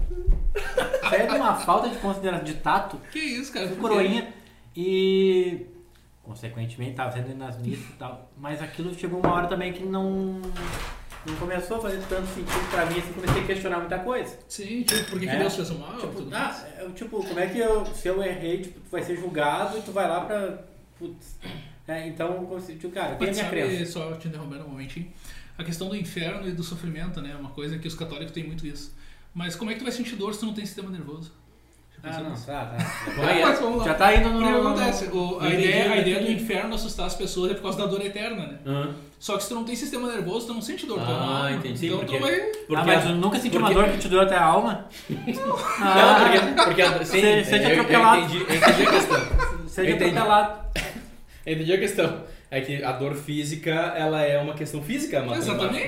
B: aí é de uma falta de consideração, de tato.
D: que isso, cara.
B: Eu fui Tipo coroinha e. Consequentemente, tava sendo nas missas e tal. Mas aquilo chegou uma hora também que não. não começou a fazer tanto sentido pra mim, assim, comecei a questionar muita coisa.
D: Sim, tipo, por que, que
A: É.
D: Deus fez o mal?
B: Tipo,
D: tudo mais.
B: ah, eu, tipo, como é que eu, se eu errei, tipo, tu vai ser julgado e tu vai lá pra. Putz. É, então, como se- tipo, cara, eu tenho a
D: Mas
B: minha
D: sabe,
B: crença.
D: só te interrompendo um momentinho, a questão do inferno e do sofrimento, né? É uma coisa que os católicos têm muito isso. Mas como é que tu vai sentir dor se tu não tem sistema nervoso? Já
B: Ah,
D: pensou
B: não,
D: nisso?
B: tá, tá.
A: é
D: Vai,
A: Ah,
D: mas vamos lá.
B: Já tá indo no.
D: O que acontece? O- a,
B: Entendi,
D: ideia, a
B: entendi.
D: ideia do inferno assustar as pessoas é por causa da dor eterna, né? Só que se tu não tem sistema nervoso, tu não sente dor. tu
A: Ah,
D: não ama.
A: entendi,
D: Então
A: porque-
D: tu vai...
B: ah,
A: Porque
B: mas
A: a-
B: tu nunca sentiu
A: porque-
B: uma dor que te durou até a alma?
A: Não,
B: Ah,
A: porque, porque a, sim, é,
B: Você- você
A: eu,
B: te
A: eu
B: atropelado.
A: entendi, eu entendi a questão.
B: seja
A: entendi.
B: atropelado.
A: Eu entendi a questão. É que a dor física, ela é uma questão física, uma,
D: Exatamente.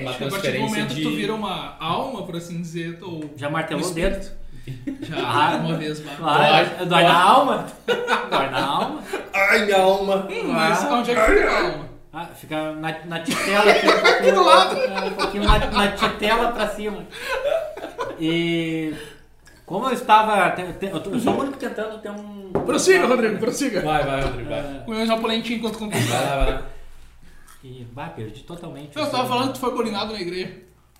A: uma, uma
D: a partir do
A: transferência
D: momento
A: de...
D: que tu vira uma alma, por assim dizer, ou
B: Já martelou
D: Um
B: o dedo.
D: já
B: Ah,
D: uma vez mais.
B: Claro,
A: Dói.
B: dói, na alma? dói na alma?
A: Ai, minha alma!
D: Hum, mas onde é que fica a alma?
B: Ah, fica na, na titela. Aqui do lado. Um pouquinho na, na titela pra cima. E como eu estava... te- te- Eu, tô- eu sou o único tentando ter um...
D: Prossiga, Rodrigo, prossiga.
A: Vai, vai, Rodrigo, vai.
B: Ah,
D: Comeu uma polentinha enquanto conversava.
A: Vai lá, vai lá.
B: e, bah, perdi totalmente.
D: Eu
B: o
D: tava
B: fio.
D: falando que tu foi bolinado na igreja.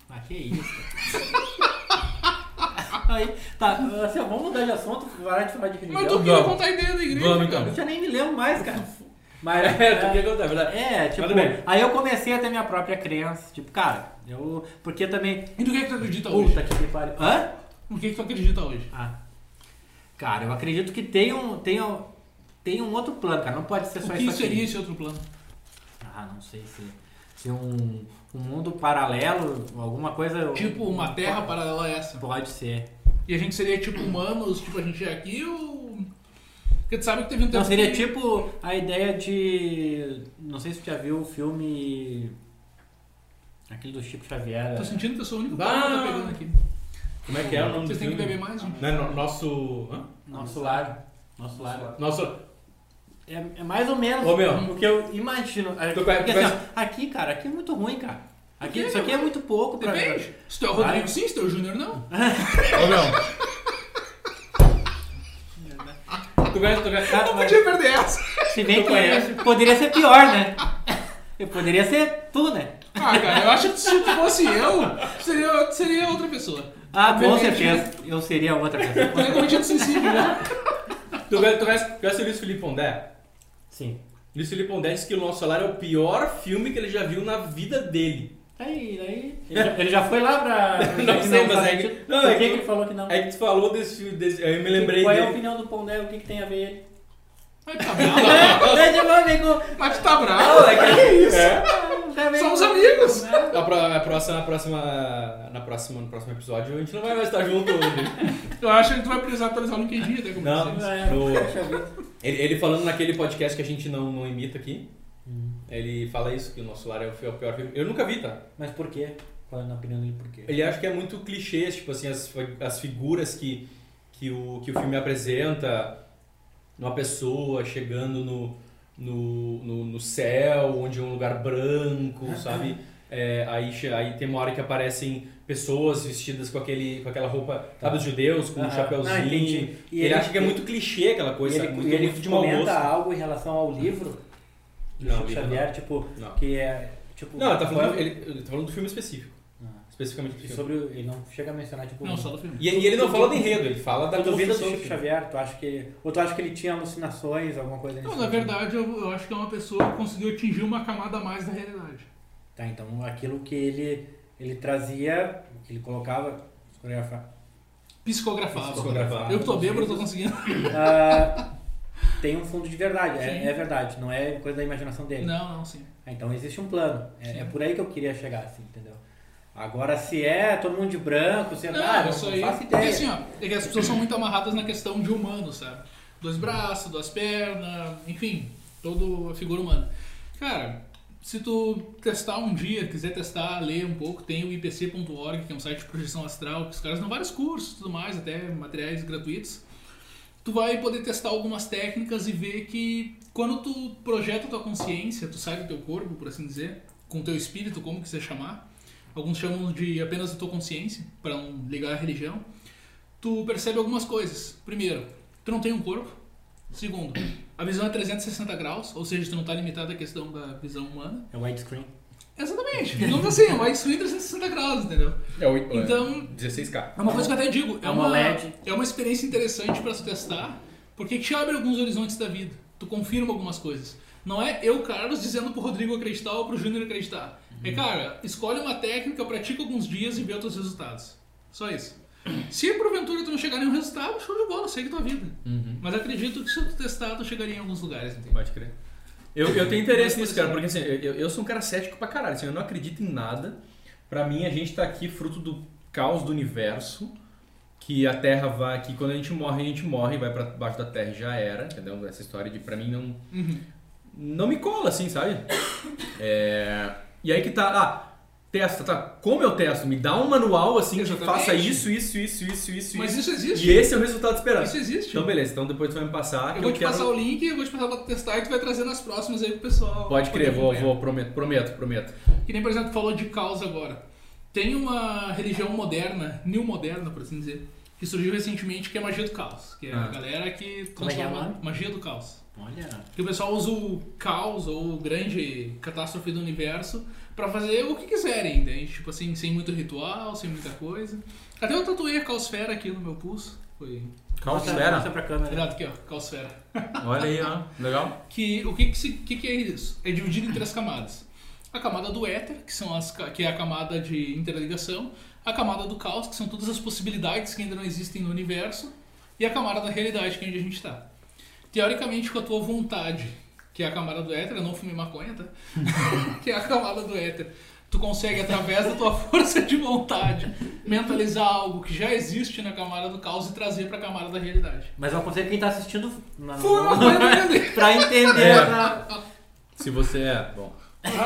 B: Ah, que isso. cara. Aí, tá, assim, ó, vamos mudar de assunto, parar de falar de religião.
D: Mas tu queria
A: vamos.
D: contar a ideia da igreja.
A: Vamos,
D: cara.
B: Eu já nem me lembro mais, cara. Mas,
A: É, tu quer contar, verdade?
B: É, tipo,
A: Tudo bem.
B: aí eu comecei a ter minha própria crença. Tipo, cara, eu. Porque também.
D: E do que é que tu acredita hoje?
B: Puta que me pariu. Hã?
D: No que é que tu acredita hoje?
B: Ah. Cara, eu acredito que tem um. Tem um, tem um outro plano, cara. Não pode ser só
D: O que
B: isso. aqui.
D: seria esse outro plano?
B: Ah, não sei se. Se um, um mundo paralelo, alguma coisa.
D: Tipo, uma terra paralela a essa.
B: Pode ser.
D: E a gente seria tipo humanos, tipo a gente é aqui ou. Porque tu sabe que teve um tempo.
B: Não, seria
D: que-
B: tipo a ideia de. Não sei se tu já viu o filme. Aquele do Chico Xavier.
D: Tô sentindo que eu sou o único
B: Ah.
A: Bah!
D: cara que tá pegando aqui.
A: Como é que é o nome
D: Vocês
A: do
D: têm que
A: filme?
D: beber mais, gente.
A: Não, é no- nosso... hã?
B: Nosso lar. Nosso lar.
A: Nosso...
B: É, é mais ou menos
A: Ô, meu.
B: o que eu imagino. Aqui,
A: Tu conhece-
B: porque,
A: tu
B: assim, ó, aqui, cara, aqui é muito ruim, cara. Aqui,
D: Depende,
B: isso aqui é muito pouco pra
D: Depende. Se tu é o Rodrigo, sim, se tu é o Júnior, não.
A: Ô, meu. Tu conhece, tu conhece...
B: Cara, Tá, mas-
D: Podia perder essa.
B: se bem
A: Tu
B: que
A: conhece.
B: poderia ser pior, né? Eu poderia ser tu, né?
D: Ah, cara, eu acho que se fosse eu, seria, seria outra pessoa.
B: Ah, com
D: Obviamente,
B: certeza. Eu seria outra
D: Eu teria
B: pessoa.
D: cometido suicídio, né?
A: ah, Tu conhece, tu conhece, tu conhece o Luiz Felipe Pondé?
B: Sim.
A: Luiz Felipe Pondé disse que o Nosso Solar é o pior filme que ele já viu na vida dele.
B: Tá Aí, aí. Ele já, ele já foi lá pra.
A: Não sei, mas
B: faz
A: é que-
B: sentido.
A: não,
B: Por
A: é
B: que,
A: que-
B: que ele falou que não?
A: É que tu falou desse filme, desse- eu me lembrei
B: Qual é a
A: dele.
B: opinião do Pondé? O que, que tem a ver ele?
D: Mas tá bravo.
B: É de bom, amigo. Ah, tá
D: Mas tu tá bravo.
A: é que é isso.
D: Somos amigos.
B: Né?
A: Na, pró- na próxima, na próxima, na próxima, no próximo episódio a gente não vai mais estar junto hoje.
D: Eu acho que tu vai precisar atualizar o LinkedIn até como
A: Não.
D: vocês.
B: É,
A: No-
B: poxa vida.
A: Ele, ele falando naquele podcast que a gente não, não imita aqui,
B: Hum.
A: ele fala isso, que o nosso lar é o fi- é o pior filme. Eu nunca vi, tá?
B: Mas por quê? Qual é a opinião dele por quê?
A: Ele acha que é muito clichê, tipo assim, as, fi- as figuras que, que, o, que o filme apresenta, uma pessoa chegando no, no, no, no céu, onde é um lugar branco, sabe? É, aí, che- aí tem uma hora que aparecem pessoas vestidas com, aquele, com aquela roupa, sabe, os judeus, com um
B: Tá. Aham. Ah,
A: chapéuzinho.
B: entendi.
A: ele, acha que é muito clichê aquela coisa,
B: e ele,
A: sabe? é, muito,
B: e ele
A: muito de mau
B: comenta
A: gosto.
B: algo em relação ao livro do
A: Não,
B: Chico
A: livro
B: Xavier, tipo,
A: Não.
B: que é tipo
A: Não, ele tá falando, ele, ele tá falando do filme específico.
B: Ah.
A: Especificamente do
B: e
A: filme.
B: sobre o- ele não chega a mencionar tipo
D: Não, só do filme.
A: E, e ele não fala do enredo, ele fala da
B: Tu duvida do
A: construção
B: Chico
A: do filme.
B: Xavier, tu acha que ele, ou tu acha que ele tinha alucinações, alguma coisa nesse
D: Não, na
B: sentido?
D: verdade, eu, eu acho que é uma pessoa que conseguiu atingir uma camada a mais da realidade.
B: Tá, então aquilo que ele ele trazia, que ele colocava coreografa-
D: Psicografado.
A: Psicografado.
D: Eu que tô bêbado, eu tô conseguindo.
B: Ah, tem um fundo de verdade,
D: Sim.
B: é, é verdade, não é coisa da imaginação dele.
D: Não, não, sim.
B: Ah, Então existe um plano. É,
D: Sim.
B: é por aí que eu queria chegar, assim, entendeu? Agora, se é todo mundo de branco, se é. ah,
D: Não,
B: não,
D: isso
B: não
D: aí.
B: faço
D: Porque
B: ideia.
D: assim, ó, é que as pessoas são muito amarradas na questão de humano, sabe? Dois braços, duas pernas, enfim, toda a figura humana. Cara, se tu testar um dia, quiser testar, ler um pouco, tem o ipc.org, que é um site de projeção astral, que os caras dão vários cursos e tudo mais, até materiais gratuitos. Tu vai poder testar algumas técnicas e ver que quando tu projeta a tua consciência, tu sai do teu corpo, por assim dizer, com o teu espírito, como quiser chamar, alguns chamam de apenas a tua consciência, para não ligar a religião, tu percebe algumas coisas. Primeiro, tu não tem um corpo. Segundo, a visão é 360 graus, ou seja, tu não tá limitado à questão da visão humana.
B: É widescreen.
D: Exatamente. Digamos assim, é uma X-Winter 160 graus, entendeu?
A: É, oito- é,
D: Então-
A: 16K.
D: É uma coisa que eu até digo, é
B: É uma
D: uma,
B: LED.
D: é uma experiência interessante pra se testar, porque te abre alguns horizontes da vida. Tu confirma algumas coisas. Não é eu, Carlos, dizendo pro Rodrigo acreditar ou pro Júnior acreditar. É,
A: Uhum.
D: cara, escolhe uma técnica, pratica alguns dias e vê os teus resultados. Só isso. Se porventura tu não chegar em nenhum resultado, show de bola, segue tua vida.
A: Uhum.
D: Mas acredito que se tu testar, tu chegaria em alguns lugares, entende?
A: Pode crer. Eu, eu tenho interesse nisso, cara, porque assim, eu, eu- eu sou um cara cético pra caralho, assim, eu não acredito em nada. Pra mim, a gente tá aqui fruto do caos do universo, que a Terra vai, que quando a gente morre, a gente morre, vai pra baixo da Terra e já era, entendeu? Essa história de, pra mim, não,
D: Uhum.
A: não me cola, assim, sabe? É, e aí que tá, ah, testa, tá, como eu testo? Me dá um manual, assim, que
D: Exatamente.
A: faça isso, isso, isso, isso, isso,
D: Mas
A: isso.
D: isso
A: E
D: existe.
A: esse é o resultado esperado.
D: Isso existe.
A: Então, beleza, então depois tu vai me passar. que
D: eu vou te
A: quero-
D: passar o link, eu vou te passar pra testar e tu vai trazer nas próximas aí pro pessoal.
A: Pode
D: poder
A: crer, vou,
D: acompanhar.
A: vou, prometo, prometo, prometo.
D: Que nem, por exemplo, falou de caos agora. Tem uma religião moderna, new moderna, por assim dizer, que surgiu recentemente, que é a magia do caos. Que é
A: Ah.
D: a galera que
B: Como é que é o
D: transforma
B: nome?
D: magia do caos.
B: Olha.
D: Que o pessoal usa o caos ou grande catástrofe do universo pra fazer o que quiserem, entende? Tipo assim, sem muito ritual, sem muita coisa. Até eu tatuei a caosfera aqui no meu pulso. Foi. Tá,
A: Calma,
B: Mostra- Mostra
A: galera.
B: pra câmera.
D: Olha aqui, ó, caosfera. tá.
A: Olha aí, ó. Legal.
D: que o que que, se- que que é isso? É dividido em três camadas. A camada do éter, que, são as, ca- que é a camada de interligação, a camada do caos, que são todas as possibilidades que ainda não existem no universo, e a camada da realidade, que é onde a gente está. Teoricamente, com a tua vontade, que é a camada do éter, eu não fumei maconha, tá? que é a camada do éter. Tu consegue, através da tua força de vontade, mentalizar algo que já existe na camada do caos e trazer para a camada da realidade.
B: Mas eu aconselho quem tá assistindo na-
D: Fuma maconha, não entendeu?
B: pra entender.
A: É.
B: essa-
A: Se você é. Bom.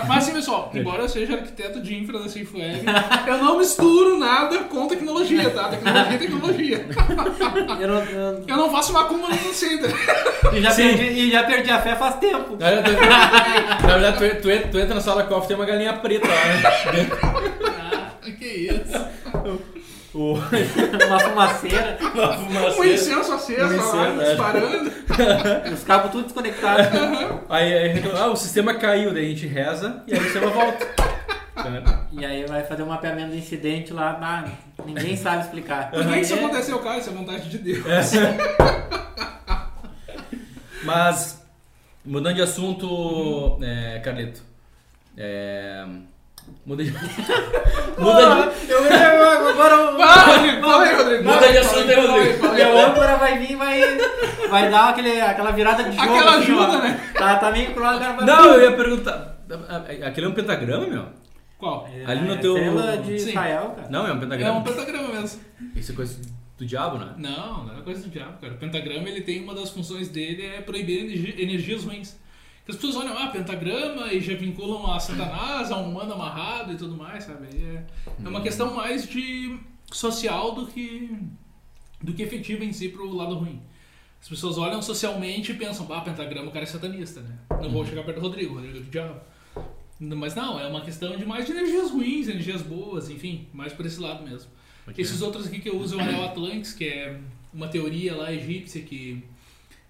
D: Mas assim, pessoal,
A: É.
D: embora eu seja arquiteto de infra da Sinfweb, eu não misturo nada com tecnologia, tá? Tecnologia é tecnologia.
B: Eu não- eu-
D: Eu não faço macumba no center.
B: e já
A: Sim.
B: perdi- E já perdi a fé faz tempo.
A: Na verdade, tu- na verdade, tu, en- tu en- tu entra na sala coffee tem uma galinha preta lá, né? Dentro.
D: Ah, Que isso?
A: O-
B: Uma fumaceira,
A: uma
D: Um
A: fumaceira.
D: incenso aceso,
A: Um
D: lá,
A: incenso, é.
D: disparando.
B: os cabos tudo desconectados.
A: Aí, aí reclama, ah, o sistema caiu, daí a gente reza e aí o sistema volta. Tá?
B: E aí vai fazer um mapeamento do incidente lá, ah, ninguém sabe explicar. Uhum.
D: Mas não é que isso aconteceu, cara, isso é vontade de Deus.
A: Mas, mudando de assunto, é, Carleto. É, muda de. muda de.
B: Eu agora o-
D: Vai, Rodrigo, fala aí, Rodrigo.
A: Muda
D: Vai,
A: de
D: fala aí,
A: assunto aí,
D: fala aí,
A: Rodrigo.
D: fala aí.
B: Meu âncora vai vir e vai, vai dar aquele, aquela virada de jogo.
D: Aquela
B: ó.
D: ajuda, né?
B: Tá, tá meio pro lado, cara, vai-
A: Não, eu ia perguntar. Aquele é um pentagrama, meu?
D: Qual?
B: É,
A: Ali no
B: é
A: teu-
B: Estrela de
D: Sim.
B: Israel, cara.
A: Não, é um
D: É
A: pentagrama.
D: um pentagrama mesmo.
A: Isso é coisa do diabo, né?
D: Não, não é coisa do diabo, cara. O pentagrama, ele tem uma das funções dele é proibir energi- energias ruins. Porque as pessoas olham, ah, pentagrama e já vinculam a Satanás, a um humano amarrado e tudo mais, sabe? Aí É, é uma questão mais de social do que do que efetiva em si pro lado ruim. As pessoas olham socialmente e pensam, ah, pentagrama, o cara é satanista, né? Não vou chegar perto do Rodrigo, o Rodrigo é do diabo. Mas não, é uma questão de mais de energias ruins, energias boas, enfim, mais por esse lado mesmo. Esses outros aqui que eu uso é o Anel Atlantis, que é uma teoria lá egípcia que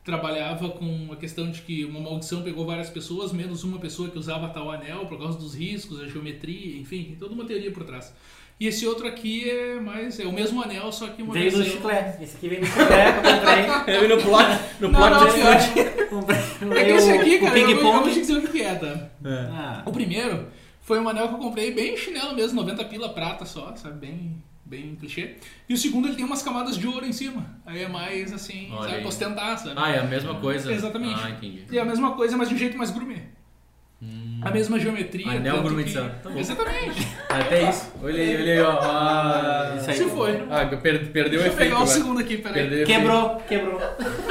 D: trabalhava com a questão de que uma maldição pegou várias pessoas, menos uma pessoa que usava tal anel por causa dos riscos, a geometria, enfim, tem toda uma teoria por trás. E esse outro aqui é mais é o mesmo anel, só que uma
B: Veio do
D: versão-
B: chiclete. Esse aqui veio do chiclete, eu comprei.
A: Eu vi no plot, no
D: Não,
A: plot
D: não,
A: de
D: pior.
B: comprei
D: É que esse aqui,
B: o
D: cara, eu, não, eu não
B: ping-pong.
D: sei dizer o que que é, tá?
B: Ah,
D: O primeiro foi um anel que eu comprei bem chinelo mesmo, 90 pila prata só, sabe? Bem, bem clichê. E o segundo ele tem umas camadas de ouro em cima. Aí é mais assim,
A: Olha aí.
D: sabe, pra ostentar, sabe?
A: Ah, é a mesma coisa.
D: Exatamente.
A: Ah, entendi.
D: E é a mesma coisa, mas de um jeito mais gourmet.
A: Hum.
D: A mesma geometria.
A: Anel
D: tanto
A: gourmetizado.
D: que-
A: Tá bom.
D: Exatamente.
A: Até isso. Olha aí, olha aí, ó. Ah,
B: Isso aí.
D: Se foi.
A: Ah, per- perdeu o
D: Deixa eu
A: efeito.
D: pegar o
A: agora.
D: segundo aqui, peraí.
A: Perdeu o
B: quebrou, quebrou.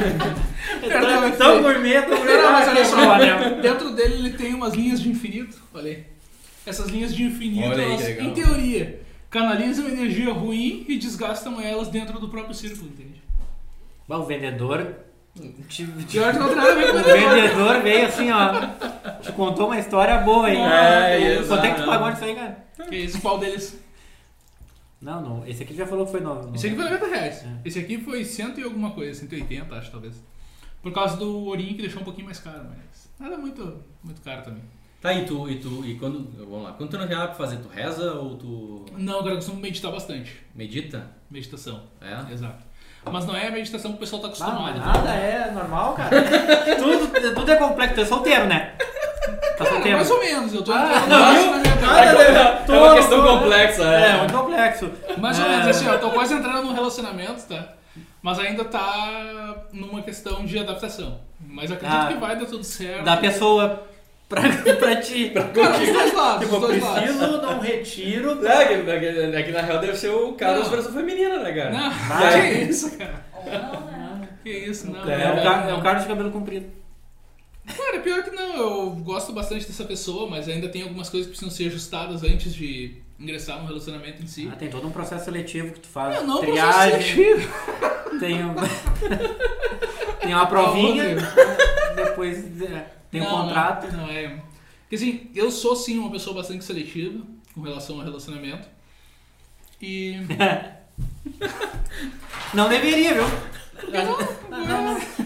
D: Perdeu o efeito.
B: Tão gourmet, tão gourmet.
D: Não, não, mas olha
B: quebrou o anel.
D: só. Dentro dele ele tem umas linhas de infinito. Olha aí. Essas linhas de infinito,
A: Olha aí,
D: elas,
A: que legal.
D: em teoria, canalizam energia ruim e desgastam elas dentro do próprio círculo, entende?
B: Bah, O vendedor. te- te-
D: Pior que não tem nada a ver com
B: O
D: o vendedor.
B: vendedor veio assim, ó. Te contou uma história boa, hein?
A: É,
B: Quanto é que tu
A: exato.
B: pagou disso aí, cara?
D: Que isso, qual deles?
B: Não, não. Esse aqui já falou que foi novo.
D: Esse aqui foi 90 reais.
B: É.
D: Esse aqui foi cento e alguma coisa, 180, acho, talvez. Por causa do ourinho que deixou um pouquinho mais caro, mas nada muito, muito caro também.
A: Tá, e tu, e tu, e quando, vamos lá, quando tu não tem nada pra fazer, tu reza ou tu
D: Não, agora eu costumo meditar bastante.
A: medita?
D: Meditação.
A: É?
D: Exato. Mas não é a meditação que o pessoal tá
B: Ah,
D: acostumado.
B: mas
D: né?
B: nada é normal, cara. tudo, tudo é complexo. Tu é solteiro, né? Tá
D: Cara,
B: solteiro.
D: mais ou menos. Eu tô
B: Ah,
D: entrando
B: não,
D: baixo na minha
B: nada,
D: vida.
B: né?
A: É uma questão
B: Todo-
A: complexa,
B: É,
A: é.
B: muito complexo.
D: Mais ou
B: É.
D: menos, assim, ó, eu tô quase entrando num relacionamento, tá? Mas ainda tá numa questão de adaptação. Mas acredito
B: Ah.
D: que vai dar tudo certo.
B: Da pessoa pra, pra ti.
D: Cara, dos dois lados,
B: Tipo, eu
D: dos dois lados.
B: preciso de um retiro.
A: É, que, é que- é que na real deve ser o cara
D: Não.
A: da versão feminina, né, cara?
D: Não,
B: Vai.
D: que isso, cara.
E: Ou não, né?
D: Que isso, não.
B: É um,
D: não,
B: cara, é
D: não.
B: um cara de cabelo comprido.
D: Cara, pior que não, eu gosto bastante dessa pessoa, mas ainda tem algumas coisas que precisam ser ajustadas antes de ingressar no relacionamento em si.
B: Ah, tem todo um processo seletivo que tu faz.
D: Não, não, processo
B: triagem,
D: seletivo.
B: tem, um- tem uma provinha,
D: Não,
B: depois é, tem um
D: Não,
B: contrato.
D: Não, não é. Porque assim, eu sou sim uma pessoa bastante seletiva com relação ao relacionamento. E.
B: Não, deveria, viu?
D: Não, não,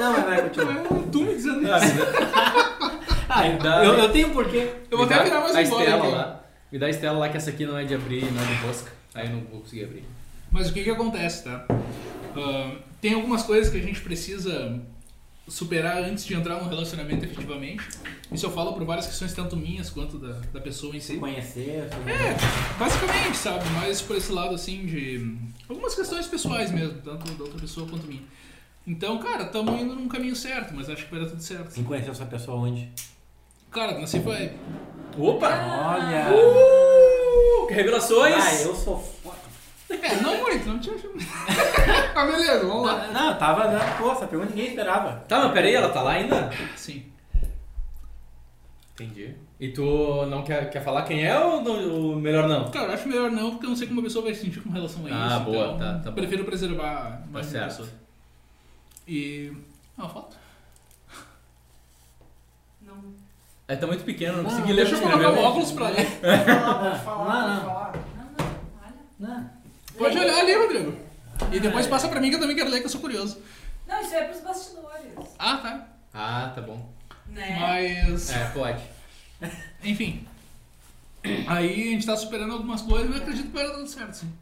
B: Não, mas vai continuar.
D: não, tu me é um dizendo
B: É,
A: Ah,
D: isso.
A: me dá-
B: Ah,
A: dá-
B: eu, eu tenho porquê.
D: Eu vou
A: me
D: até
A: dá
D: virar mais
A: a
D: um bola
A: Estela
D: aqui.
A: lá. Me dá a Estela lá que essa aqui não é de abrir, não é de bosca. Aí eu não vou conseguir abrir.
D: Mas o que que acontece, tá? Ah, tem algumas coisas que a gente precisa superar antes de entrar num relacionamento efetivamente. Isso eu falo por várias questões, tanto minhas quanto da, da pessoa em si.
B: Conhecer,
D: É, basicamente, sabe? Mas por esse lado, assim, de algumas questões pessoais mesmo, tanto da outra pessoa quanto minha. Então, cara, estamos indo num caminho certo, mas acho que vai dar tudo certo.
B: Quem conheceu essa pessoa onde?
D: Cara, nasci foi.
A: Opa!
B: Olha!
A: Uh, revelações!
B: Ah, eu sou foda.
D: É, não muito, não tinha achado. Mas beleza, vamos lá.
B: Não, não, eu tava. né? Pô, essa pergunta ninguém esperava.
A: Tá, mas peraí, ela tá lá ainda?
D: Sim.
A: Entendi. E tu não quer, quer falar quem é ou, não- ou melhor não?
D: Cara, eu acho melhor não, porque eu não sei como a pessoa vai se sentir com relação a isso.
A: Ah, boa,
D: então,
A: tá, tá bom. Tá
D: Prefiro preservar mais uma
A: certo.
D: pessoa. E. Ah, foto?
E: Não.
A: É, tá muito pequeno, não
B: Não,
A: consegui ler
D: Deixa eu
A: pra
D: colocar
A: escrever.
D: o óculos pra ler.
E: Pode falar, pode falar,
B: Não,
E: pode
B: não.
E: falar. Não, não, olha.
B: Não.
D: Pode olhar ali, Rodrigo.
B: Ah,
D: E
B: é.
D: depois passa pra mim que eu também quero ler, que eu sou curioso.
E: Não, isso é pros bastidores.
D: Ah, tá.
A: Ah, tá bom.
E: Né?
D: Mas.
A: É, pode.
D: Enfim. Aí a gente tá superando algumas coisas, mas eu acredito que vai dar tudo certo, sim.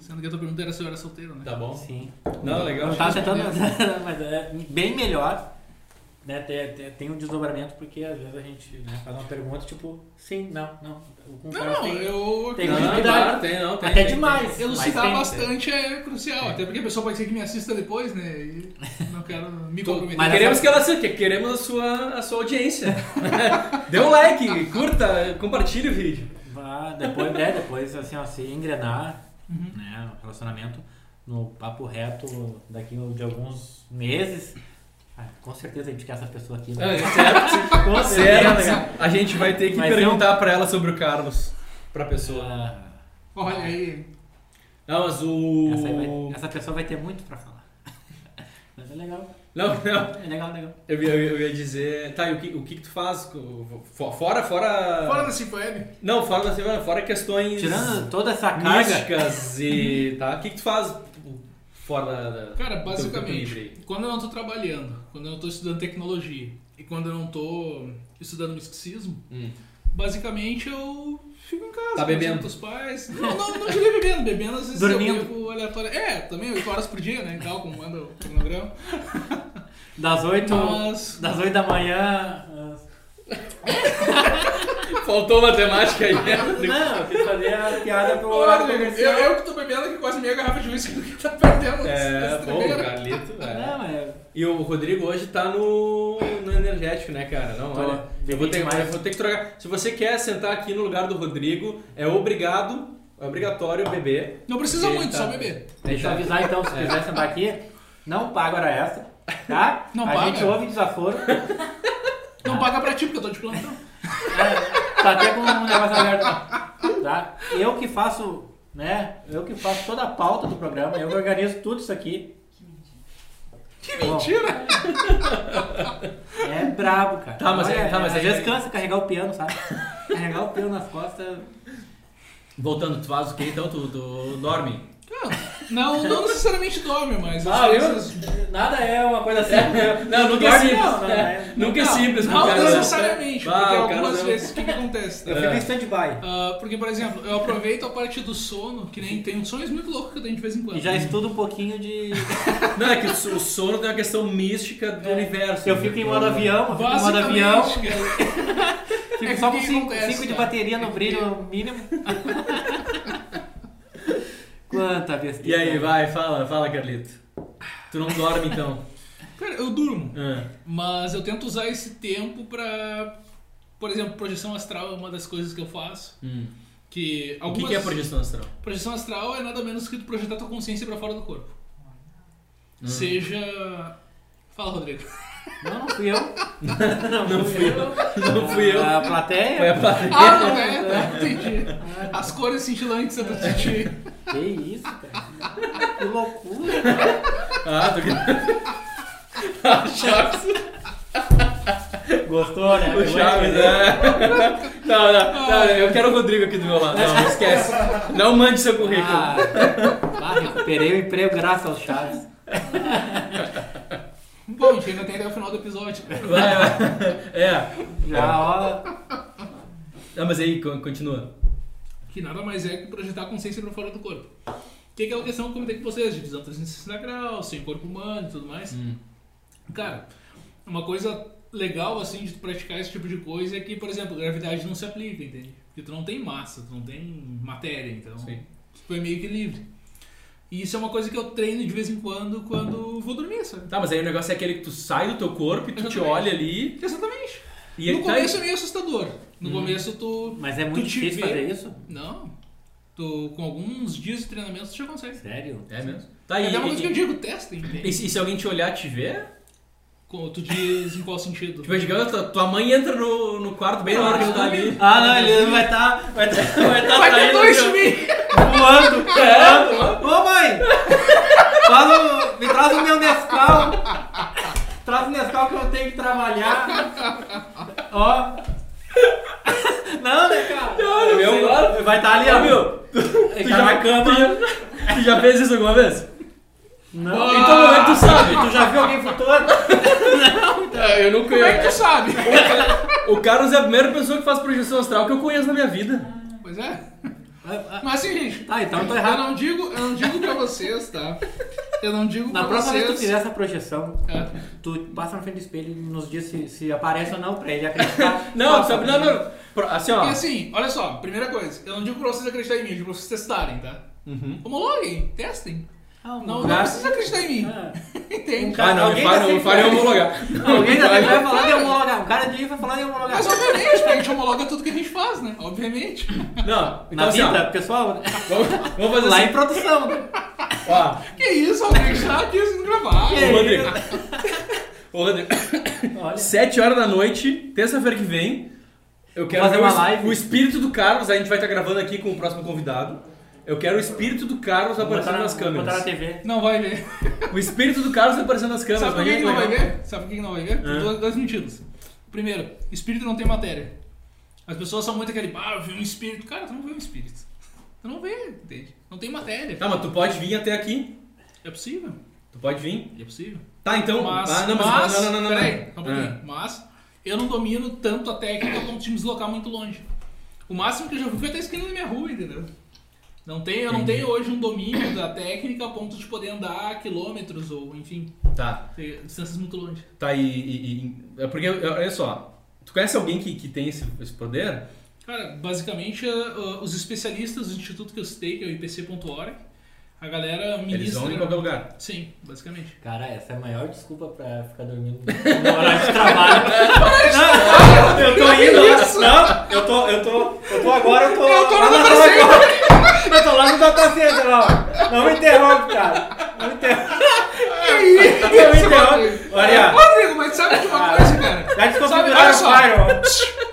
D: Sendo que a tua pergunta era se eu era solteiro, né?
A: Tá bom.
B: Sim.
A: Não, legal.
B: Eu tava tentando. Mas é bem melhor. Né, ter- ter- tem um desdobramento, porque às vezes a gente né, faz uma pergunta tipo, sim, não, não. O
D: Não,
B: cara
D: não,
B: tem-
D: eu
B: tem
A: não,
D: acredito
A: não,
B: que
D: que
B: dar-
A: claro, tem, não, tem.
B: Até
A: tem,
B: demais.
D: elucidar
B: mas tem-
D: bastante é crucial, até porque a pessoa pode ser que me assista depois, né? E não quero me
A: Tô-
D: comprometer.
B: Mas
A: queremos
B: essa-
A: que ela se que queremos a sua, a sua audiência. Dê um like, curta, compartilhe o vídeo.
B: Vá, depois, né, depois, assim, ó, se engrenar,
D: Uhum.
B: né, o relacionamento no papo reto daqui de alguns meses, ah, com certeza indicar essa pessoa aqui.
A: É,
B: Né?
A: tá
B: Com
A: Certo,
B: certeza.
A: a gente vai ter que
B: Mas
A: perguntar pra ela sobre o Carlos. Pra pessoa.
B: Ah,
D: Olha aí.
A: Não, mas
B: essa, aí vai-
A: o.
B: essa pessoa vai ter muito pra falar. Mas é legal,
A: Não, não.
B: é legal, legal.
A: Eu, ia- eu, ia- eu ia dizer. Tá, e o que, o que, que tu faz? co- fo- Fora, fora.
D: Fora da Cipweb,
A: Não, fora da semana, fora questões.
B: Tirando toda essa carga,
A: místicas e. tá? O que, que tu faz tipo, fora da. da-
D: cara,
A: do teu tempo
D: basicamente,
A: livre?
D: quando eu não tô trabalhando, quando eu não tô estudando tecnologia e quando eu não tô estudando misticismo,
A: Hum.
D: basicamente eu fico em casa.
A: Tá bebendo.
D: conversando com os pais. Não, não, não cheguei bebendo. Bebendo às vezes
B: Dormindo.
D: eu bebo aleatório. É, também 8 horas por dia, né? E tal, como manda o cronograma.
B: das 8,
D: Mas...
B: das 8 da manhã. às-
A: Faltou matemática aí.
B: Não, eu quis fazer a piada pro horário
D: Olha, eu,
B: comercial.
D: eu que tô bebendo aqui quase meia garrafa de uísque do que tá perdendo.
A: É,
D: essas
A: bom, o
D: tremeiras.
A: Carlito, é.
B: Não, é.
A: E o Rodrigo hoje tá no, no energético, né, cara? Não,
B: Tô.
A: olha. Eu
B: Bebi
A: vou, ter,
B: demais.
A: eu vou ter que trocar. Se você quer sentar aqui no lugar do Rodrigo, é obrigado, é obrigatório beber.
D: Não precisa
A: Ele
D: muito,
A: tá-
D: só beber.
B: Deixa eu
A: Tá.
B: avisar então, se
D: É.
B: quiser sentar aqui, não paga hora essa, tá?
D: Não
B: a
D: paga.
B: gente ouve desaforo.
D: Não paga pra ti, porque eu tô de plantão.
B: É, tá até com um negócio aberto. Tá? Eu que faço, né? Eu que faço toda a pauta do programa, eu que organizo tudo isso aqui.
E: Que mentira.
D: Que
B: Bom.
D: mentira!
B: É brabo, cara.
A: Tá, mas
B: Olha,
A: é- tá, mas
B: às
A: é-
B: vezes cansa carregar o piano, sabe? Carregar o piano nas costas.
A: Voltando, tu faz o quê então? Tu, tu dorme?
D: Cara, Não, não necessariamente dorme, mas
B: Ah,
D: às
B: viu?
D: vezes.
B: Nada é uma coisa simples.
A: Não, nunca é
B: Dorme
A: simples.
B: não, não,
A: né?
B: é.
A: Nunca é
D: não,
A: simples. pro
D: Não
A: cara.
D: necessariamente,
A: Ah, o
D: porque
A: cara É.
D: algumas
A: não-
D: vezes o que, que acontece? tá?
B: Eu fico em stand-by.
D: Ah, porque, por exemplo, eu aproveito a parte do sono, que nem tem uns sonhos muito loucos que eu tenho de vez em quando.
A: é
B: E já estudo um pouquinho de.
A: Não, é que o so- o sono tem uma questão mística do universo.
B: É. Eu
A: né?
B: fico em modo avião, eu fico em modo
D: Basicamente,
B: avião.
D: cara.
B: Fico
D: É
B: só com
D: que o que
B: 5
D: acontece,
B: de
A: né?
D: cara?
B: bateria no brilho mínimo. Quanta
A: E
B: besteira.
A: aí, vai, fala, fala, Carlito. Tu não dorme então.
D: Cara, eu durmo,
A: Ah.
D: mas eu tento usar esse tempo pra. Por exemplo, projeção astral é uma das coisas que eu faço.
A: Hum.
D: Que
A: O que
D: algumas...
A: que é projeção astral?
D: Projeção astral é nada menos que tu projetar tua consciência pra fora do corpo.
A: Hum.
D: Seja. Fala, Rodrigo.
B: Não, não fui eu.
A: Não fui eu. Não fui eu.
B: A
A: Foi
B: plateia?
A: a plateia.
D: Ah, não é? Tá, entendi. As cores cintilantes é pra ti.
B: Que isso, cara? Que loucura.
A: Ah, tô
B: Gostou, né?
A: O Chaves, né? Não, não, não, eu quero o Rodrigo aqui do meu lado. Não, esquece. Não mande seu currículo.
B: Ah, ah, recuperei o emprego graças ao Chaves.
D: Bom, a gente ainda tem até o final do episódio.
A: Vai, vai. É.
B: Já, ó.
A: Não, mas aí, con- continua.
D: Que nada mais é que projetar a consciência pra fora do corpo. Que é aquela questão que eu comentei com vocês, de visão 360 graus, sem corpo humano e tudo mais.
A: Hum,
D: Cara, uma coisa legal, assim, de tu praticar esse tipo de coisa é que, por exemplo, gravidade não se aplica, entende? Porque tu não tem massa, tu não tem matéria, então
A: Sim.
D: tu é meio que livre. E isso é uma coisa que eu treino de vez em quando, quando vou dormir, sabe?
A: Tá, mas aí o negócio é aquele que tu sai do teu corpo e tu te
D: Exatamente.
A: olha ali.
D: Exatamente.
A: E
D: no
A: ele tá-
D: começo é meio assustador. No começo tu...
B: Mas é
D: tu
B: muito
D: te
B: difícil
D: vê-
B: fazer isso?
D: Não. Tu, com alguns dias de treinamento tu já consegue.
B: Sério?
A: É mesmo? Tá
D: É
A: aí.
D: até uma coisa que eu
A: E,
D: digo, testem. entende?
A: e se e se alguém te olhar te ver?
D: Como Tu diz em qual sentido? Ah,
A: Tipo, digamos, tua, tua mãe entra no, no quarto bem na hora que tu tá ali.
B: Ah, não, ele vai estar. Tá, vai estar. Tá, vai estar
D: Vai ter dois de mim!
B: voando, voando. Ô mãe! Faz um- me traz o meu Nescau! Traz o Nescau que eu tenho que trabalhar! Ó! Não, né, cara?
A: Não, não sei.
B: Vai estar ali, ó,
A: Ô,
B: meu!
A: meu, tu já, tu, já, tá tu já fez isso alguma vez?
B: Não!
A: Então é que tu sabe.
B: Tu já viu alguém flutuando?
A: eu não
D: Como é que tu sabe?
A: O Carlos é a primeira pessoa que faz projeção astral que eu conheço na minha vida.
D: pois é. Mas assim, gente.
B: Ah, Tá, então eu tô
D: Eu
B: errado.
D: não digo, eu não digo pra vocês, tá? Eu não digo
B: Na
D: pra
B: próxima vez que tu
D: vocês.
B: fizer essa projeção,
D: É.
B: tu passa na frente do espelho e nos diz se, se aparece ou não pra ele acreditar.
A: Não,
B: Nossa,
A: sabe, não, não.
D: né?
A: Pro- Assim, ó.
D: Porque assim, olha só, primeira coisa, eu não digo pra vocês acreditarem em mim, eu digo pra vocês testarem, tá? Homologuem, testem.
B: Ah, um
D: Não, não
B: lugar-
D: precisa acreditar em mim.
B: Ah.
D: Entende?
A: Ah, não, me
B: Alguém
A: fale,
B: tá
A: não me
B: sempre
A: fale
B: faz.
A: homologar.
B: Alguém da
A: Vai.
B: TV vai falar de homologar. Um cara de vai falar de homologar.
D: Mas obviamente, porque a gente homologa tudo que a gente faz, né? Obviamente.
A: Não, então
B: Na
A: assim, ó,
B: vida, pessoal,
A: vamos, vamos fazer
B: lá
A: assim.
B: em produção. né?
A: Ó,
D: Que isso, alguém já quis me gravar.
A: ô Rodrigo. Ô Rodrigo.
B: Olha.
A: 7 horas da noite, terça-feira que vem. Eu quero
B: Fazer
A: ver
B: uma
A: o, es-
B: live.
A: o espírito do Carlos, a gente vai estar gravando aqui com o próximo convidado. Eu quero o espírito do Carlos
B: Botar
A: aparecendo
B: na-
A: nas
B: Botar na
A: câmeras.
B: TV.
D: Não vai ver.
A: O espírito do Carlos aparecendo nas câmeras.
D: Sabe por que,
A: imagina
D: que não vai
A: legal.
D: ver? Sabe por que, que não vai ver? Por
A: É.
D: dois, dois motivos. Primeiro, espírito não tem matéria. As pessoas são muito aquele, ah, eu vi um espírito. Cara, tu não vê um espírito. Tu não vê, entende? Não tem matéria.
A: Tá, mas tu pode vir até aqui.
D: É possível.
A: Tu pode vir.
D: É possível.
A: Tá, então.
D: Mas,
A: ah, não, mas,
D: mas,
A: não, não, não, não, não.
D: peraí, só um pouquinho.
A: Ah.
D: Mas eu não domino tanto a técnica como de me deslocar muito longe. O máximo que eu já fui foi até a esquina da minha rua, entendeu? Não tenho, eu não
A: Entendi.
D: tenho hoje um domínio da técnica a ponto de poder andar quilômetros ou, enfim,
A: Tá.
D: ter distâncias muito longe.
A: Tá, e. e- e- é porque, eu- olha só, tu conhece alguém que, que tem esse, esse poder?
D: Cara, basicamente, uh, uh, os especialistas do instituto que eu citei, que é o IPC.org, a galera
A: Eles
D: ministra...
A: vão em qualquer lugar.
D: Sim, basicamente.
B: Cara, essa é a maior desculpa pra ficar dormindo no horário de trabalho. Não, eu tô indo. Não, eu tô, eu tô, eu tô agora, eu tô. Eu tô lá no Data Eu tô lá no Data Center, ó. Não me interrompe, cara. Não me interrompe. Não me interrompe. Olha,
D: Rodrigo, mas sabe de uma
A: Ah.
D: coisa, cara?
B: já
D: olha
B: desconfiguraram o
D: só.
B: firewall.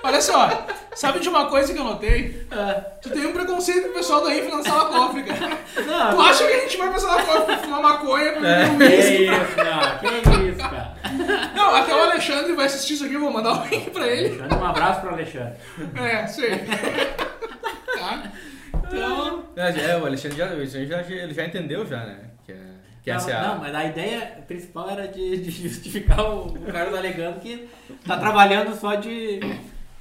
D: Olha só, sabe de uma coisa que eu notei?
B: É.
D: Tu tem um preconceito com o pessoal da Infra na sala cofre, cara.
B: Não,
D: Tu acha que a gente vai pra sala cofre pra fumar maconha, pra beber um
B: Que
D: mês?
B: isso, cara. Que isso, cara.
D: Não, até o Alexandre vai assistir isso aqui, eu vou mandar um link pra ele.
B: Alexandre, um abraço pro Alexandre.
D: É, sei. tá? Então,
A: É, é, o Alexandre já, o Alexandre já, ele já entendeu já, né? Que, é, que
B: não,
A: essa é a...
B: não, mas a ideia principal era de, de justificar o, o Carlos alegando que tá trabalhando só de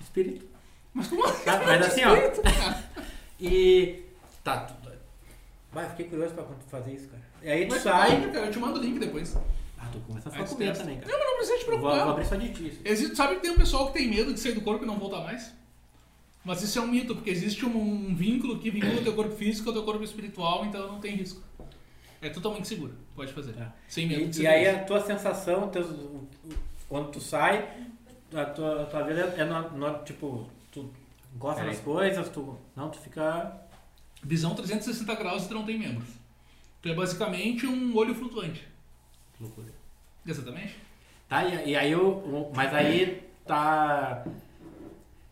B: espírito.
D: Mas como assim?
B: Tá? Mas assim, ó. E. Tá, tudo. Vai, fiquei curioso pra quando tu fazer isso, cara. E aí tu
D: Mas
B: sai.
D: olha, cara, eu te mando o link depois.
B: Ah, tu começa a
D: Aí
B: ficar
D: tu
B: com medo
D: testa.
B: também, cara.
D: Não, mas não precisa te
B: Vou, vou
D: preocupar.
B: abrir só de ti. isso.
D: Existe, sabe que tem um pessoal que tem medo de sair do corpo e não voltar mais? Mas isso é um mito, porque existe um, um vínculo que vincula o teu corpo físico ao teu corpo espiritual, então não tem risco. É totalmente seguro, pode fazer.
B: Tá.
D: Sem medo de
B: E,
D: ser
B: e aí
D: preso.
B: a tua sensação, teus, o- o- quando tu sai, a tua, a tua vida é, é no- no- tipo, tu gosta
A: Peraí.
B: das coisas, tu. Não, tu fica.
D: Visão 360 graus e tu não tem membros. Tu é basicamente um olho flutuante.
B: Loucura.
D: Exatamente.
B: Tá, e, e aí eu. o- Mas aí tá.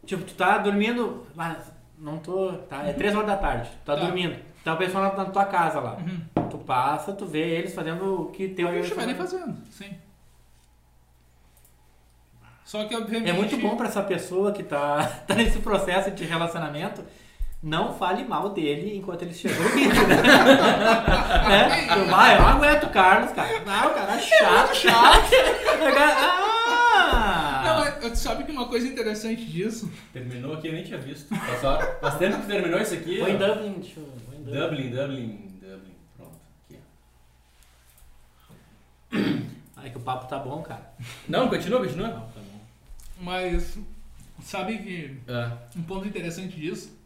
B: Tipo, tu tá dormindo. Mas não tô. Tá, é três horas da tarde, tu tá,
D: Tá.
B: dormindo. Tá o pessoal na, na tua casa lá.
D: Uhum.
B: Tu passa, tu vê eles fazendo o que teu
D: Eu
B: olho
D: estiverem
B: fazendo.
D: fazendo, sim. Só que obviamente.
B: É muito bom pra essa pessoa que tá, tá nesse processo de relacionamento. Não fale mal dele enquanto ele chegou vivo, né? né? Eu, ah, eu não aguento o Carlos, cara. Não, o cara é chato, chato.
D: Não,
B: ah!
D: mas é, sabe que uma coisa interessante disso?
A: Terminou aqui, eu nem tinha visto. Faz, hora- faz tempo que terminou isso aqui.
B: Foi em
A: ó.
B: Dublin, deixa eu- foi em Dublin.
A: Dublin, Dublin, Dublin. Pronto. Aqui, ó.
B: Ai, que o papo tá bom, cara.
A: Não, continua,
B: O
A: continua.
B: papo tá bom.
D: Mas sabe que
A: Ah,
D: um ponto interessante disso?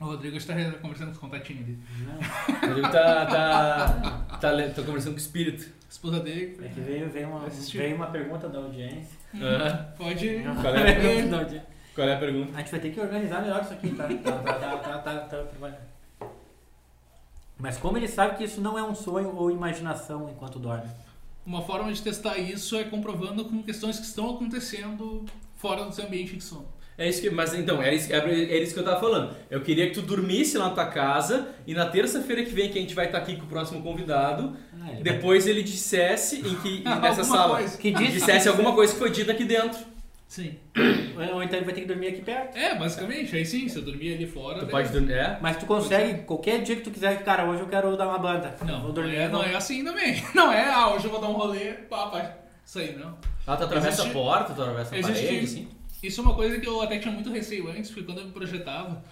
D: O Rodrigo está re- conversando com os contatinhos dele.
B: Não,
A: o Rodrigo tá, tá, tá, le- tô conversando com o espírito.
D: A esposa dele
B: é que veio, veio, uma,
D: Assistiu.
B: veio uma pergunta da audiência.
A: Ah,
D: pode.
A: Qual é?
B: Uma pergunta da audiência.
A: Qual é a pergunta?
B: A gente vai ter que organizar melhor isso aqui, tá? Tá, tá, tá, tá, tá, tá trabalhando. Mas como ele sabe que isso não é um sonho ou imaginação enquanto dorme?
D: Uma forma de testar isso é comprovando com questões que estão acontecendo fora do seu ambiente de sono.
A: É isso que, mas então, era isso, era era isso que eu tava falando. Eu queria que tu dormisse lá na tua casa e na terça-feira que vem, que a gente vai estar aqui com o próximo convidado,
B: Ah, ele vai-
A: depois ele dissesse em que em- nessa
D: Alguma
A: sala.
D: coisa.
B: Que disse-
A: dissesse alguma coisa que foi dita aqui dentro.
D: Sim.
B: Ou então ele vai ter que dormir aqui perto.
D: É, basicamente, aí sim, se eu dormir ali fora. né?
A: Tu
D: beleza.
A: pode dormir. É?
B: Mas tu consegue, qualquer dia que tu quiser, cara, hoje eu quero dar uma banda.
D: Não,
B: vou dormir.
D: não, é, não é assim também. Não é, ah, hoje eu vou dar um rolê, pá, pá. Isso aí, não.
A: Ah, tu atravessa
D: Existe-
A: a porta, tu atravessa a
D: Existe-
A: parede, assim.
D: Isso é uma coisa que eu até tinha muito receio antes, porque quando eu me projetava,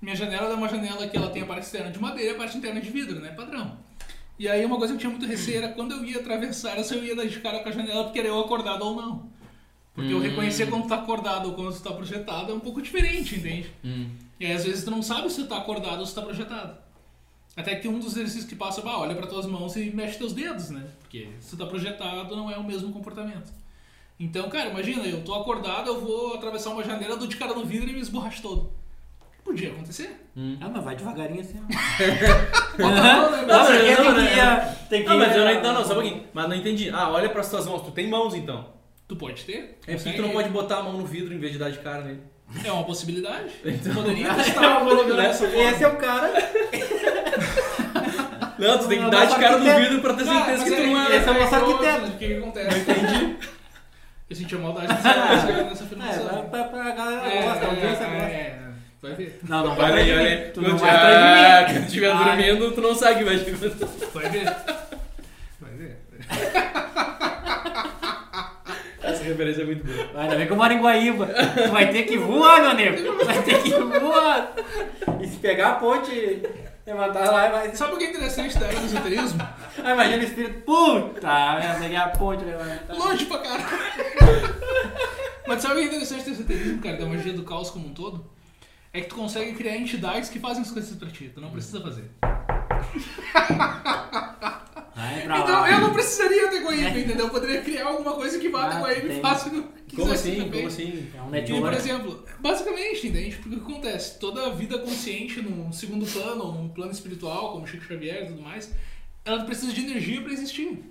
D: minha janela é uma janela que ela tem a parte externa de madeira e a parte interna de vidro, né? Padrão. E aí uma coisa que eu tinha muito receio era quando eu ia atravessar, se eu ia dar de cara com a janela porque era eu acordado ou não. Porque
A: Hum.
D: eu reconhecer quando tu tá acordado ou quando tu tá projetado é um pouco diferente, entende?
A: Hum.
D: E aí às vezes tu não sabe se tu tá acordado ou se tu tá projetado. Até que um dos exercícios que passa é, bah, olha para tuas mãos e mexe teus dedos, né? Porque se tu tá projetado não é o mesmo comportamento. Então, cara, imagina, eu tô acordado, eu vou atravessar uma janela, dou de cara no vidro e me esborracho todo. Podia acontecer.
B: Ah, mas vai devagarinho assim. ó.
A: é.
D: Tá
A: Não,
B: Não,
A: mas
B: porque
A: não,
B: tem
A: né?
B: que ir a- tem que
A: Não,
B: ir
A: mas eu
B: a-
A: não, não, não, só um pouquinho. Mas não entendi. Ah, olha pras tuas mãos. Tu tem mãos, então.
D: Tu pode ter.
A: É porque
D: consegue.
A: tu não pode botar a mão no vidro em vez de dar de cara nele.
D: É uma possibilidade.
A: Então,
D: Poderia
B: Não,
D: testar.
B: eu vou dormir. Esse é o cara.
A: Não, tu tem que
B: Não,
A: dar
B: mas
A: de cara
B: arquiteto-
A: no vidro pra ter
D: Cara,
A: certeza
D: mas
A: que tu não
D: aí-
A: é.
B: esse é o nosso
D: aí outro,
B: arquiteto.
D: O que que acontece? Entendi. Eu senti a maldade dessa, dessa
B: É, vai
D: afirmação.
B: pra, pra galera gosta, a audiência
D: é,
B: gosta.
D: é. Vai ver,
B: Não, não vai
A: Olha aí,
B: atrás de
A: olha
B: mim.
A: aí.
B: Tu não
A: Quando
B: vai atrás de mim.
A: tu estiver
B: Ah.
A: dormindo, tu não sabe, mas.
D: vai ver. Vai ver.
A: Essa referência é muito boa.
B: Vai, Ainda bem que eu moro em Guaíba. Tu vai ter que voar, meu nego. Tu vai ter que voar. E se pegar a ponte, levantar lá e vai.
D: Sabe o que é interessante da era do esoterismo?
B: Ah, imagina o espírito. Puta, eu peguei a ponte, levantar.
D: Longe pra caralho. Mas sabe o que é interessante do esoterismo, cara, da magia do caos como um todo? É que tu consegue criar entidades que fazem as coisas pra ti. Tu não precisa fazer.
B: Vai pra
D: Então
B: lá. É um
D: eu não precisaria ter Guaíba, entendeu? Eu poderia criar alguma coisa que vá
B: Ah,
D: até Guaíba e
B: entendi.
D: faça o que eu
A: Como
D: quisesse
A: assim?
D: também.
A: Como assim?
B: É um
D: E, por
B: network.
D: exemplo, basicamente, entende? Porque o que acontece? Toda a vida consciente, num segundo plano, ou num plano espiritual, como Chico Xavier e tudo mais, ela precisa de energia para existir.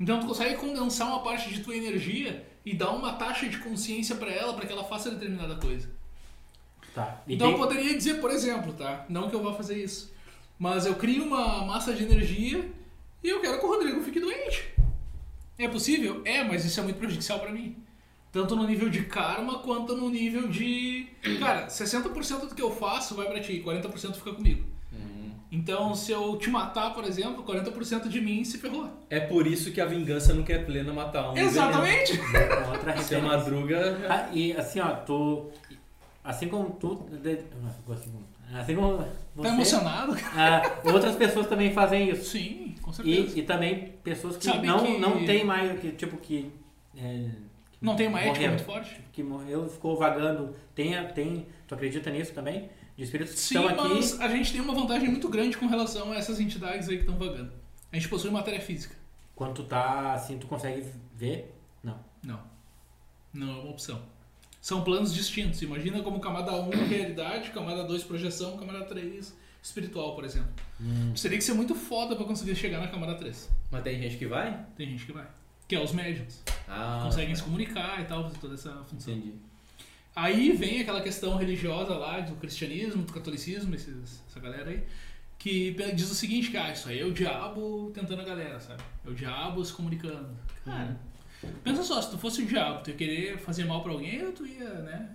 D: Então tu consegue condensar uma parte de tua energia e dar uma taxa de consciência para ela, para que ela faça determinada coisa.
B: Tá. E
D: então eu
B: tem...
D: poderia dizer, por exemplo, tá? Não que eu vá fazer isso. Mas eu crio uma massa de energia e eu quero que o Rodrigo fique doente. É possível? É, mas isso é muito prejudicial pra mim. Tanto no nível de karma quanto no nível de. Cara, 60% do que eu faço vai pra ti, 40% fica comigo.
B: Hum.
D: Então, se eu te matar, por exemplo, 40% de mim se ferrou.
A: É por isso que a vingança nunca é plena matar um.
D: Exatamente!
B: Com outra
A: veneno. Seu
B: referência.
A: Madruga.
B: Ah, e assim, ó, tu. Assim como tu. de- assim como- Assim como. você,
D: Tá emocionado?
B: ah, outras pessoas também fazem isso.
D: Sim, com certeza.
B: E, e também pessoas que
D: Sabe
B: não,
D: que-
B: não tem mais. Que, tipo, que. é, que
D: Não tem tipo, uma ética
B: morreram.
D: muito forte.
B: Que morreu, ficou vagando. Tem, a- tem, tu acredita nisso também? De espíritos que
D: Sim,
B: estão Então, aqui.
D: mas a gente tem uma vantagem muito grande com relação a essas entidades aí que estão vagando. A gente possui matéria física.
B: Quando tu tá assim, tu consegue ver. Não.
D: Não. Não é uma opção. São planos distintos. Imagina como camada 1 realidade, camada 2 projeção, camada 3 espiritual, por exemplo. Você teria que ser muito foda pra conseguir chegar na camada 3.
A: Mas tem gente que vai?
D: Tem gente que vai. Que é os médiums.
A: Ah.
D: Conseguem se comunicar e tal, fazer toda essa função.
A: Entendi.
D: Aí vem aquela questão religiosa lá do cristianismo, do catolicismo, esses- essa galera aí, que pe- diz o seguinte, cara, isso aí é o diabo tentando a galera, sabe? É o diabo se comunicando. Cara,
B: Uhum.
D: pensa só, se tu fosse o diabo, tu ia querer fazer mal pra alguém ou tu ia, né?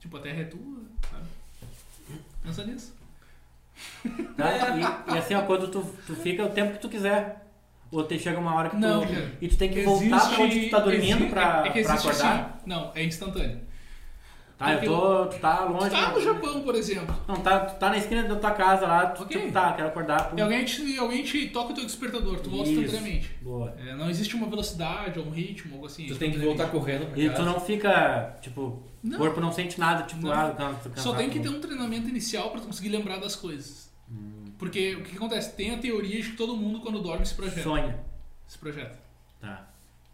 D: Tipo, a terra é tua, sabe? Pensa nisso. É.
B: Tá? E, e assim, ó, quando tu, tu fica o tempo que tu quiser. Ou te chega uma hora que
D: Não,
B: tu.
D: cara.
B: E tu tem que voltar pra onde tu tá dormindo
D: exi-
B: pra,
D: é
B: pra
D: que existe
B: acordar.
D: assim- não, é instantâneo.
B: Tá, eu tô. Tu tá longe.
D: Tu tá
B: né?
D: no Japão, por exemplo.
B: Não, tá, tu tá na esquina da tua casa lá, tu,
D: Ok.
B: tu tá, quero acordar. pum.
D: E alguém te, e alguém te toca o teu despertador, tu volta
B: Isso.
D: instantaneamente.
B: Boa.
D: É, não existe uma velocidade ou um ritmo, algo assim.
A: Tu tem que voltar correndo pra
B: E
A: casa.
B: tu não fica, tipo, o
D: Não.
B: corpo não sente nada, tipo,
D: Não.
B: ah, não, tô
D: Só
B: cansado.
D: tem que ter um treinamento inicial pra tu conseguir lembrar das coisas.
B: Hum.
D: Porque o que, que acontece? Tem a teoria de que todo mundo, quando dorme, se projeta.
B: sonho.
D: Se projeta.
B: Tá.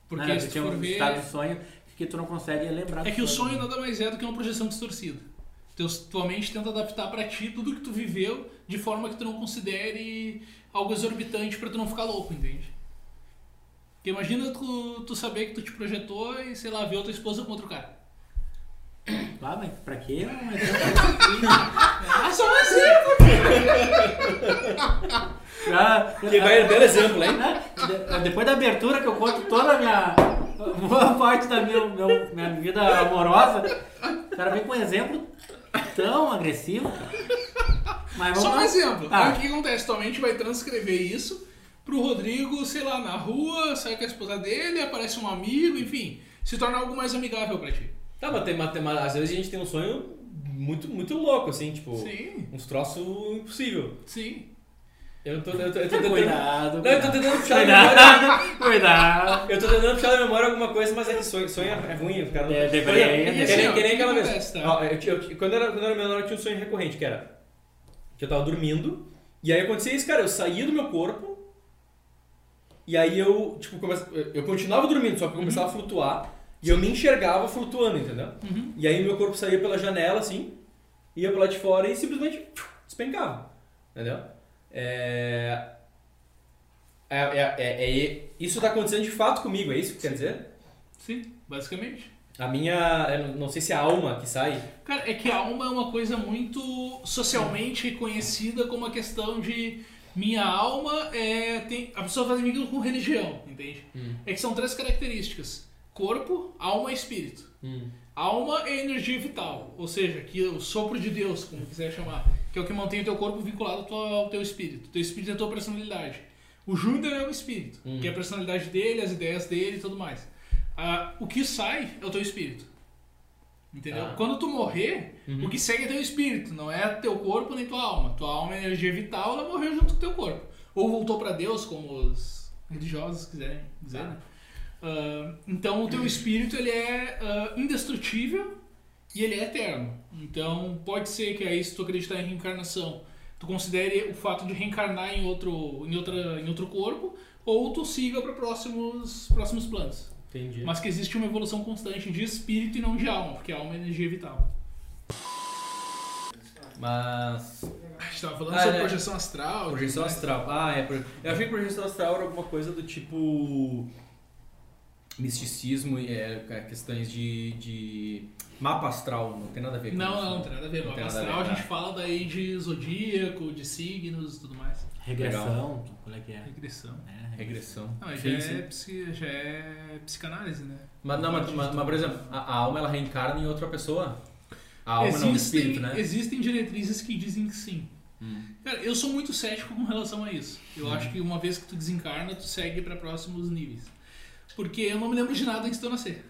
D: Porque
B: Ah,
D: se tu
B: tem
D: for
B: um
D: ver.
B: estado de sonho que tu não consegue lembrar.
D: É
B: do
D: que o sonho nada mais é do que uma projeção distorcida. Teus, tua mente tenta adaptar pra ti tudo que tu viveu de forma que tu não considere algo exorbitante pra tu não ficar louco, entende? Porque imagina tu, tu saber que tu te projetou e, sei lá, ver outra esposa com outro cara.
B: Ah, mas pra quê?
D: é Ah, só um exemplo!
B: Ah,
A: Quem vai é um belo exemplo, hein?
B: né? De- Depois da abertura que eu conto toda a minha. Boa parte da minha, meu- minha vida amorosa. O cara vem com um exemplo tão agressivo. Mas vamos
D: Só um
B: lá.
D: exemplo.
B: Tá.
D: Aí o que acontece? Tua mente vai transcrever isso pro Rodrigo, sei lá, na rua, sai com a esposa dele, aparece um amigo, enfim. Se torna algo mais amigável pra ti.
A: Tá, mas, tem, mas, tem- mas às vezes a gente tem um sonho muito, muito louco, assim, tipo.
D: Sim,
A: Uns troços impossível.
D: sim.
A: Eu tô, eu tô, eu tô tentando.
B: Cuidado.
A: Não, é eu tô
B: cuidado.
A: tentando puxar a memória.
B: Cuidado, cuidado.
A: Eu tô tentando puxar na memória alguma coisa, mas é que sonho, sonho é ruim, o cara não.
B: É, deveria,
A: Por exemplo, que
B: deveria.
A: nem- Que nem aquela
D: Isso, isso
A: vez.
D: acontece, tá?
A: Ó, eu, tinha- eu tinha- quando, eu era, quando eu era menor, eu tinha um sonho recorrente, que era. Que eu tava dormindo, e aí acontecia isso, cara, eu saía do meu corpo, e aí eu, tipo, começa, eu- eu continuava dormindo, só que eu começava
B: Uhum.
A: a flutuar, e eu me enxergava flutuando, entendeu? E aí meu corpo saía pela janela, assim, ia pro lado de fora e simplesmente tchum, despencava. Entendeu? É... É, é, é- é- Isso tá acontecendo de fato comigo, é isso que quer dizer?
D: Sim, basicamente.
A: A minha. eu não- não sei se é a alma que sai.
D: Cara, é que a alma é uma coisa muito socialmente conhecida como a questão de minha alma é. Tem, a pessoa faz vínculo com religião, entende?
B: Hum.
D: É que são três características: corpo, alma e espírito.
A: Hum,
D: Alma é energia vital, ou seja, que é o sopro de Deus, como quiser chamar, que é o que mantém o teu corpo vinculado ao teu, ao teu espírito. Teu espírito é a tua personalidade. O Júnior é o espírito, que é a personalidade dele, as ideias dele e tudo mais. Ah, o que sai é o teu espírito. Entendeu?
A: Tá.
D: Quando tu morrer, o que segue é teu espírito, não é teu corpo nem tua alma. Tua alma é energia vital, ela morreu junto com teu corpo. Ou voltou pra Deus, como os religiosos quiserem dizer, né? Ah, então o teu espírito ele é ah, indestrutível e ele é eterno. Então pode ser que aí se tu acreditar em reencarnação, tu considere o fato de reencarnar em outro, em outra, em outro corpo, ou tu siga para próximos, próximos planos.
A: Entendi.
D: Mas que existe uma evolução constante de espírito e não de alma, porque a alma é energia vital.
A: Mas.
D: A gente tava falando
A: Ah,
D: sobre
A: é.
D: projeção astral.
A: Projeção
D: de-
A: astral. Ah, é. pro- Eu achei que projeção astral era alguma coisa do tipo. Misticismo, é, questões de, de. Mapa astral, não tem nada a ver com
D: Não,
A: isso.
D: não, não
A: né?
D: tem nada a ver.
A: Não
D: Mapa
A: tem nada a
D: astral a
A: ver,
D: gente
A: tá.
D: fala daí de zodíaco, de signos e tudo mais.
B: Regressão, qual é que é?
D: Regressão.
B: É,
A: Regressão.
D: Não, mas já,
A: Sim,
D: é
A: sim.
D: psi- já é psicanálise, né?
A: Mas, não, mas, mas, mas, por exemplo, a, a alma ela reencarna em outra pessoa? A alma não é um
D: Existem-
A: espírito, né? Hum.
D: Existem diretrizes que dizem que sim. Cara, eu sou muito cético com relação a isso.
A: Uhum.
D: Eu acho que uma vez que tu desencarna, tu segue pra próximos níveis. Porque eu não me lembro de nada antes de eu nascer.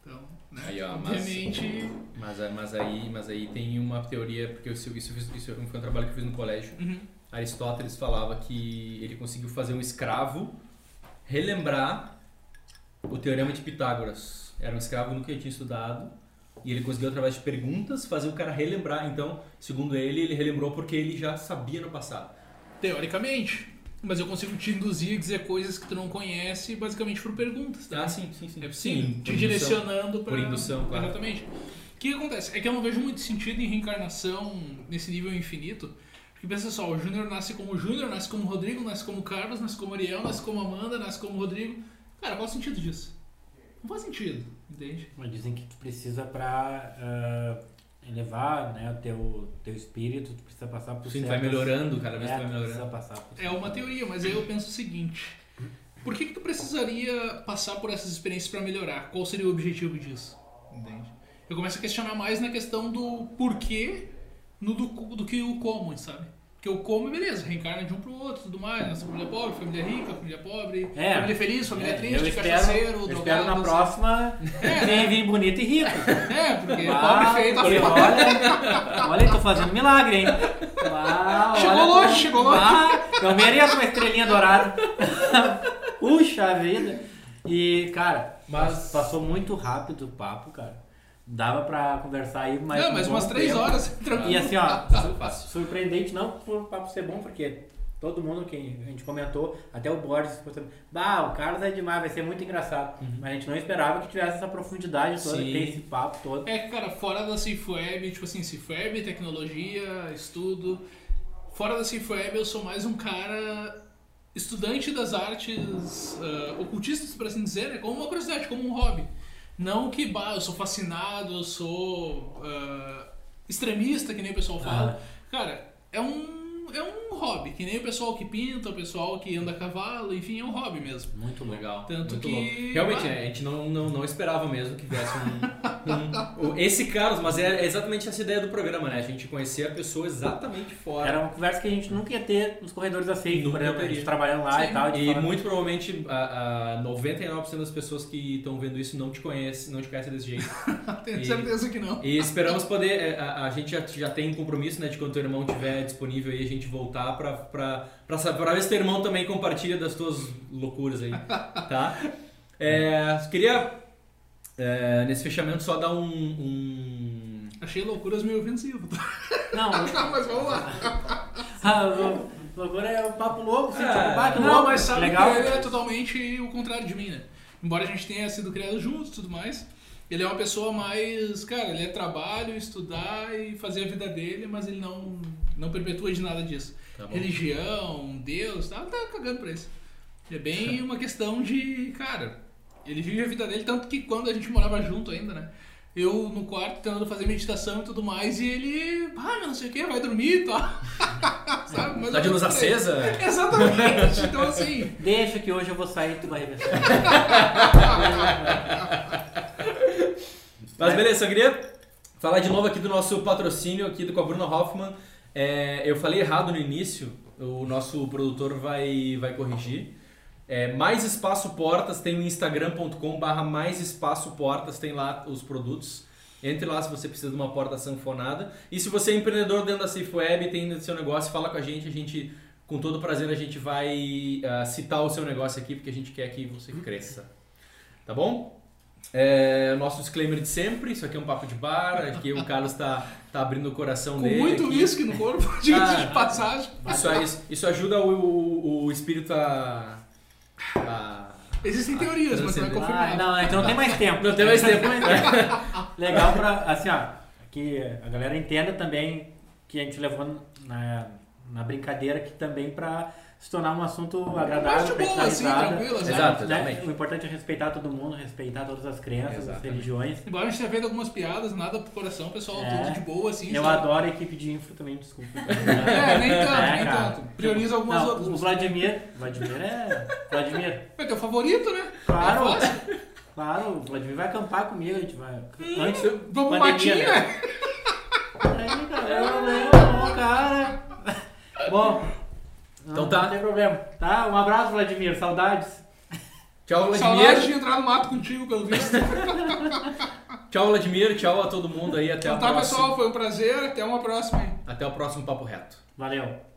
D: Então, né?
A: Aí, ó, mas-
D: Obviamente.
A: Mas, a- mas, aí, mas aí tem uma teoria, porque isso, isso, isso foi um trabalho que eu fiz no colégio.
D: Uhum.
A: Aristóteles falava que ele conseguiu fazer um escravo relembrar o teorema de Pitágoras. Era um escravo que nunca tinha estudado e ele conseguiu através de perguntas fazer o cara relembrar. Então, segundo ele, ele relembrou porque ele já sabia no passado.
D: Teoricamente. Mas eu consigo te induzir a dizer coisas que tu não conhece, basicamente por perguntas, tá?
A: Ah, sim, sim, sim.
D: É possível.
A: Sim, por
D: te
A: indução.
D: direcionando pra...
A: Por indução, claro.
D: Exatamente. O que acontece? É que eu não vejo muito sentido em reencarnação nesse nível infinito. Porque pensa só, o Júnior nasce como Júnior, nasce como Rodrigo, nasce como Carlos, nasce como Ariel, nasce como Amanda, nasce como Rodrigo. Cara, qual o sentido disso? Não faz sentido, entende?
B: Mas dizem que tu precisa pra ah, elevar né, o teu, teu espírito, tu precisa passar por
A: Sim, vai
B: certas-
A: melhorando, cada vez
B: É,
A: que vai
B: tu
A: melhorando.
B: precisa passar por
D: É uma teoria, mas aí eu penso o seguinte. Por que que tu precisaria passar por essas experiências pra melhorar? Qual seria o objetivo disso? Entende? Eu começo a questionar mais na questão do porquê no do, do que o como, sabe? Porque o como, beleza, reencarna de um pro outro, tudo mais, nossa família pobre, família rica, família pobre,
B: É.
D: família feliz, família
B: É,
D: triste,
B: eu
D: cachaceiro,
B: espero, eu
D: drogado.
B: espero na
D: assim.
B: próxima
D: né?
B: vem, vem bonito e rico.
D: É, porque
B: Ah,
D: pobre feito,
B: porque
D: afinal.
B: olha, olha, tô fazendo milagre, hein? Ah,
D: Chegou
B: olha,
D: longe,
B: tô-
D: chegou longe.
B: Ah, eu mereço uma estrelinha dourada. Puxa vida. E, cara,
C: Mas-
B: passou muito rápido o papo, cara. Dava pra conversar aí mais
D: Não,
B: um
D: mas
B: bom
D: umas três
B: tempo.
D: horas,
B: E
D: tranquilo.
B: assim, ó,
A: Fácil.
B: surpreendente não por o papo ser bom, porque todo mundo que a gente comentou, até o Borges, comentou, bah, o Carlos é demais, vai ser muito engraçado.
D: Uhum.
B: Mas a gente não esperava que tivesse essa profundidade toda,
A: Sim.
B: que tem esse papo todo.
D: É, cara, fora da Cifweb, tipo assim, Cifweb, tecnologia, estudo. Fora da Cifweb, eu sou mais um cara estudante das artes ah, ocultistas, por assim dizer, né? como uma curiosidade, como um hobby. Não que, bah, eu sou fascinado, eu sou ah, extremista, que nem o pessoal fala. Cara, é um, é um hobby, que nem o pessoal que pinta, o pessoal que anda a cavalo, enfim, é um hobby mesmo.
B: Muito louco.
A: Legal.
D: Tanto
A: muito
D: que-
A: louco. Realmente, né, a gente não, não, não esperava mesmo que viesse um, um- o- Esse Carlos, mas é exatamente essa ideia do programa, né? A gente conhecer a pessoa exatamente fora.
B: Era uma conversa que a gente nunca ia ter nos corredores da SEI, por
A: Nunca
B: exemplo, a
A: teria.
B: gente trabalhando lá
D: Sim.
B: e tal. a gente
A: E
B: falando-
A: muito provavelmente a, a 99% das pessoas que estão vendo isso não te conhecem, não te conhecem desse jeito.
D: Tenho
A: E-
D: certeza que não.
A: E esperamos poder. é, A, a gente já, já tem um compromisso, né? De quando teu irmão estiver disponível aí, a gente voltar pra, pra, pra, sa- pra ver se teu irmão também compartilha das tuas loucuras aí, tá? É, queria, é, nesse fechamento, só dar um. um-
D: Achei loucuras meio ofensivo.
B: Não,
D: Tá, mas vamos lá.
B: a lou- loucura é o papo louco, sim,
A: É.
B: tipo, bah, que
D: Não,
B: louco,
D: mas sabe
B: legal.
D: que ele é totalmente o contrário de mim, né? Embora a gente tenha sido criado juntos e tudo mais, ele é uma pessoa mais. Cara, ele é trabalho, estudar e fazer a vida dele, mas ele não, não perpetua de nada disso.
A: Tá bom.
D: Religião, Deus, tá, tá cagando pra isso. É
A: Tá.
D: bem uma questão de. Cara, ele vive a vida dele, tanto que quando a gente morava junto ainda, né? Eu no quarto tentando fazer meditação e tudo mais, e ele. Ah, meu, não sei o que, vai dormir e tal. Sabe? Mas é
A: Tá de luz acesa?
D: Exatamente. Então, assim,
B: Deixa que hoje eu vou sair e tu vai ver.
A: Mas beleza, eu queria falar de novo aqui do nosso patrocínio aqui do- com a Bruna Hoffman. É, eu falei errado no início, o nosso produtor vai, vai corrigir. É, mais Espaço Portas tem o instagram.com barra mais espaço portas, tem lá os produtos. Entre lá se você precisa de uma porta sanfonada. E se você é empreendedor dentro da Safe Web, tem dentro do seu negócio, fala com a gente, a gente, com todo prazer, a gente vai ah, citar o seu negócio aqui, porque a gente quer que você cresça. Tá bom? É, nosso disclaimer de sempre, isso aqui é um papo de bar, aqui o Carlos tá, tá abrindo o coração
D: com
A: dele.
D: muito
A: aqui.
D: uísque no corpo, diga-se de
A: Ah.
D: passagem.
A: Isso, é- isso- isso ajuda o, o, o espírito a, a-
D: Existem teorias, mas não é
A: transcender.
B: Ah,
D: confirmado.
B: não, a gente não tem mais tempo.
A: Não tem mais tempo.
B: Legal pra, assim, ó, que a galera entenda também que a gente levou na, na brincadeira aqui também pra se tornar um assunto
D: Mas de
B: agradável, pra gente
D: boa,
B: dar
D: assim,
B: risada.
D: tranquila, sabe?
A: Exato,
B: Né?
A: exatamente.
B: O importante é respeitar todo mundo, respeitar todas as crenças,
A: Exatamente.
B: as religiões.
D: Embora a gente tenha feito algumas piadas, nada pro coração, pessoal,
B: É.
D: tudo de boa, assim.
B: Eu
D: sabe?
B: adoro a equipe de info também, desculpa.
D: É, nem tanto,
B: É,
D: nem
B: cara.
D: tanto. Prioriza algumas
B: Não,
D: outras.
B: O Vladimir. Vladimir é. Vladimir.
D: É teu favorito, né?
B: Claro.
D: É fácil.
B: Claro, o Vladimir vai acampar comigo, a gente vai. Antes.
D: Vamos né?
B: pandemia,
D: matinho,
B: né?
D: né?
B: Aí, cara, eu não, cara. Bom.
A: Então
B: não,
A: tá.
B: Não tem problema. Tá? Um abraço, Vladimir. Saudades.
A: Tchau,
D: Saudade
A: Vladimir.
D: de entrar no mato contigo, pelo visto.
A: Tchau, Vladimir. Tchau a todo mundo aí. Até a
D: Então tá,
A: próxima.
D: pessoal, foi um prazer. Até uma próxima aí.
A: Até o próximo Papo Reto.
B: Valeu.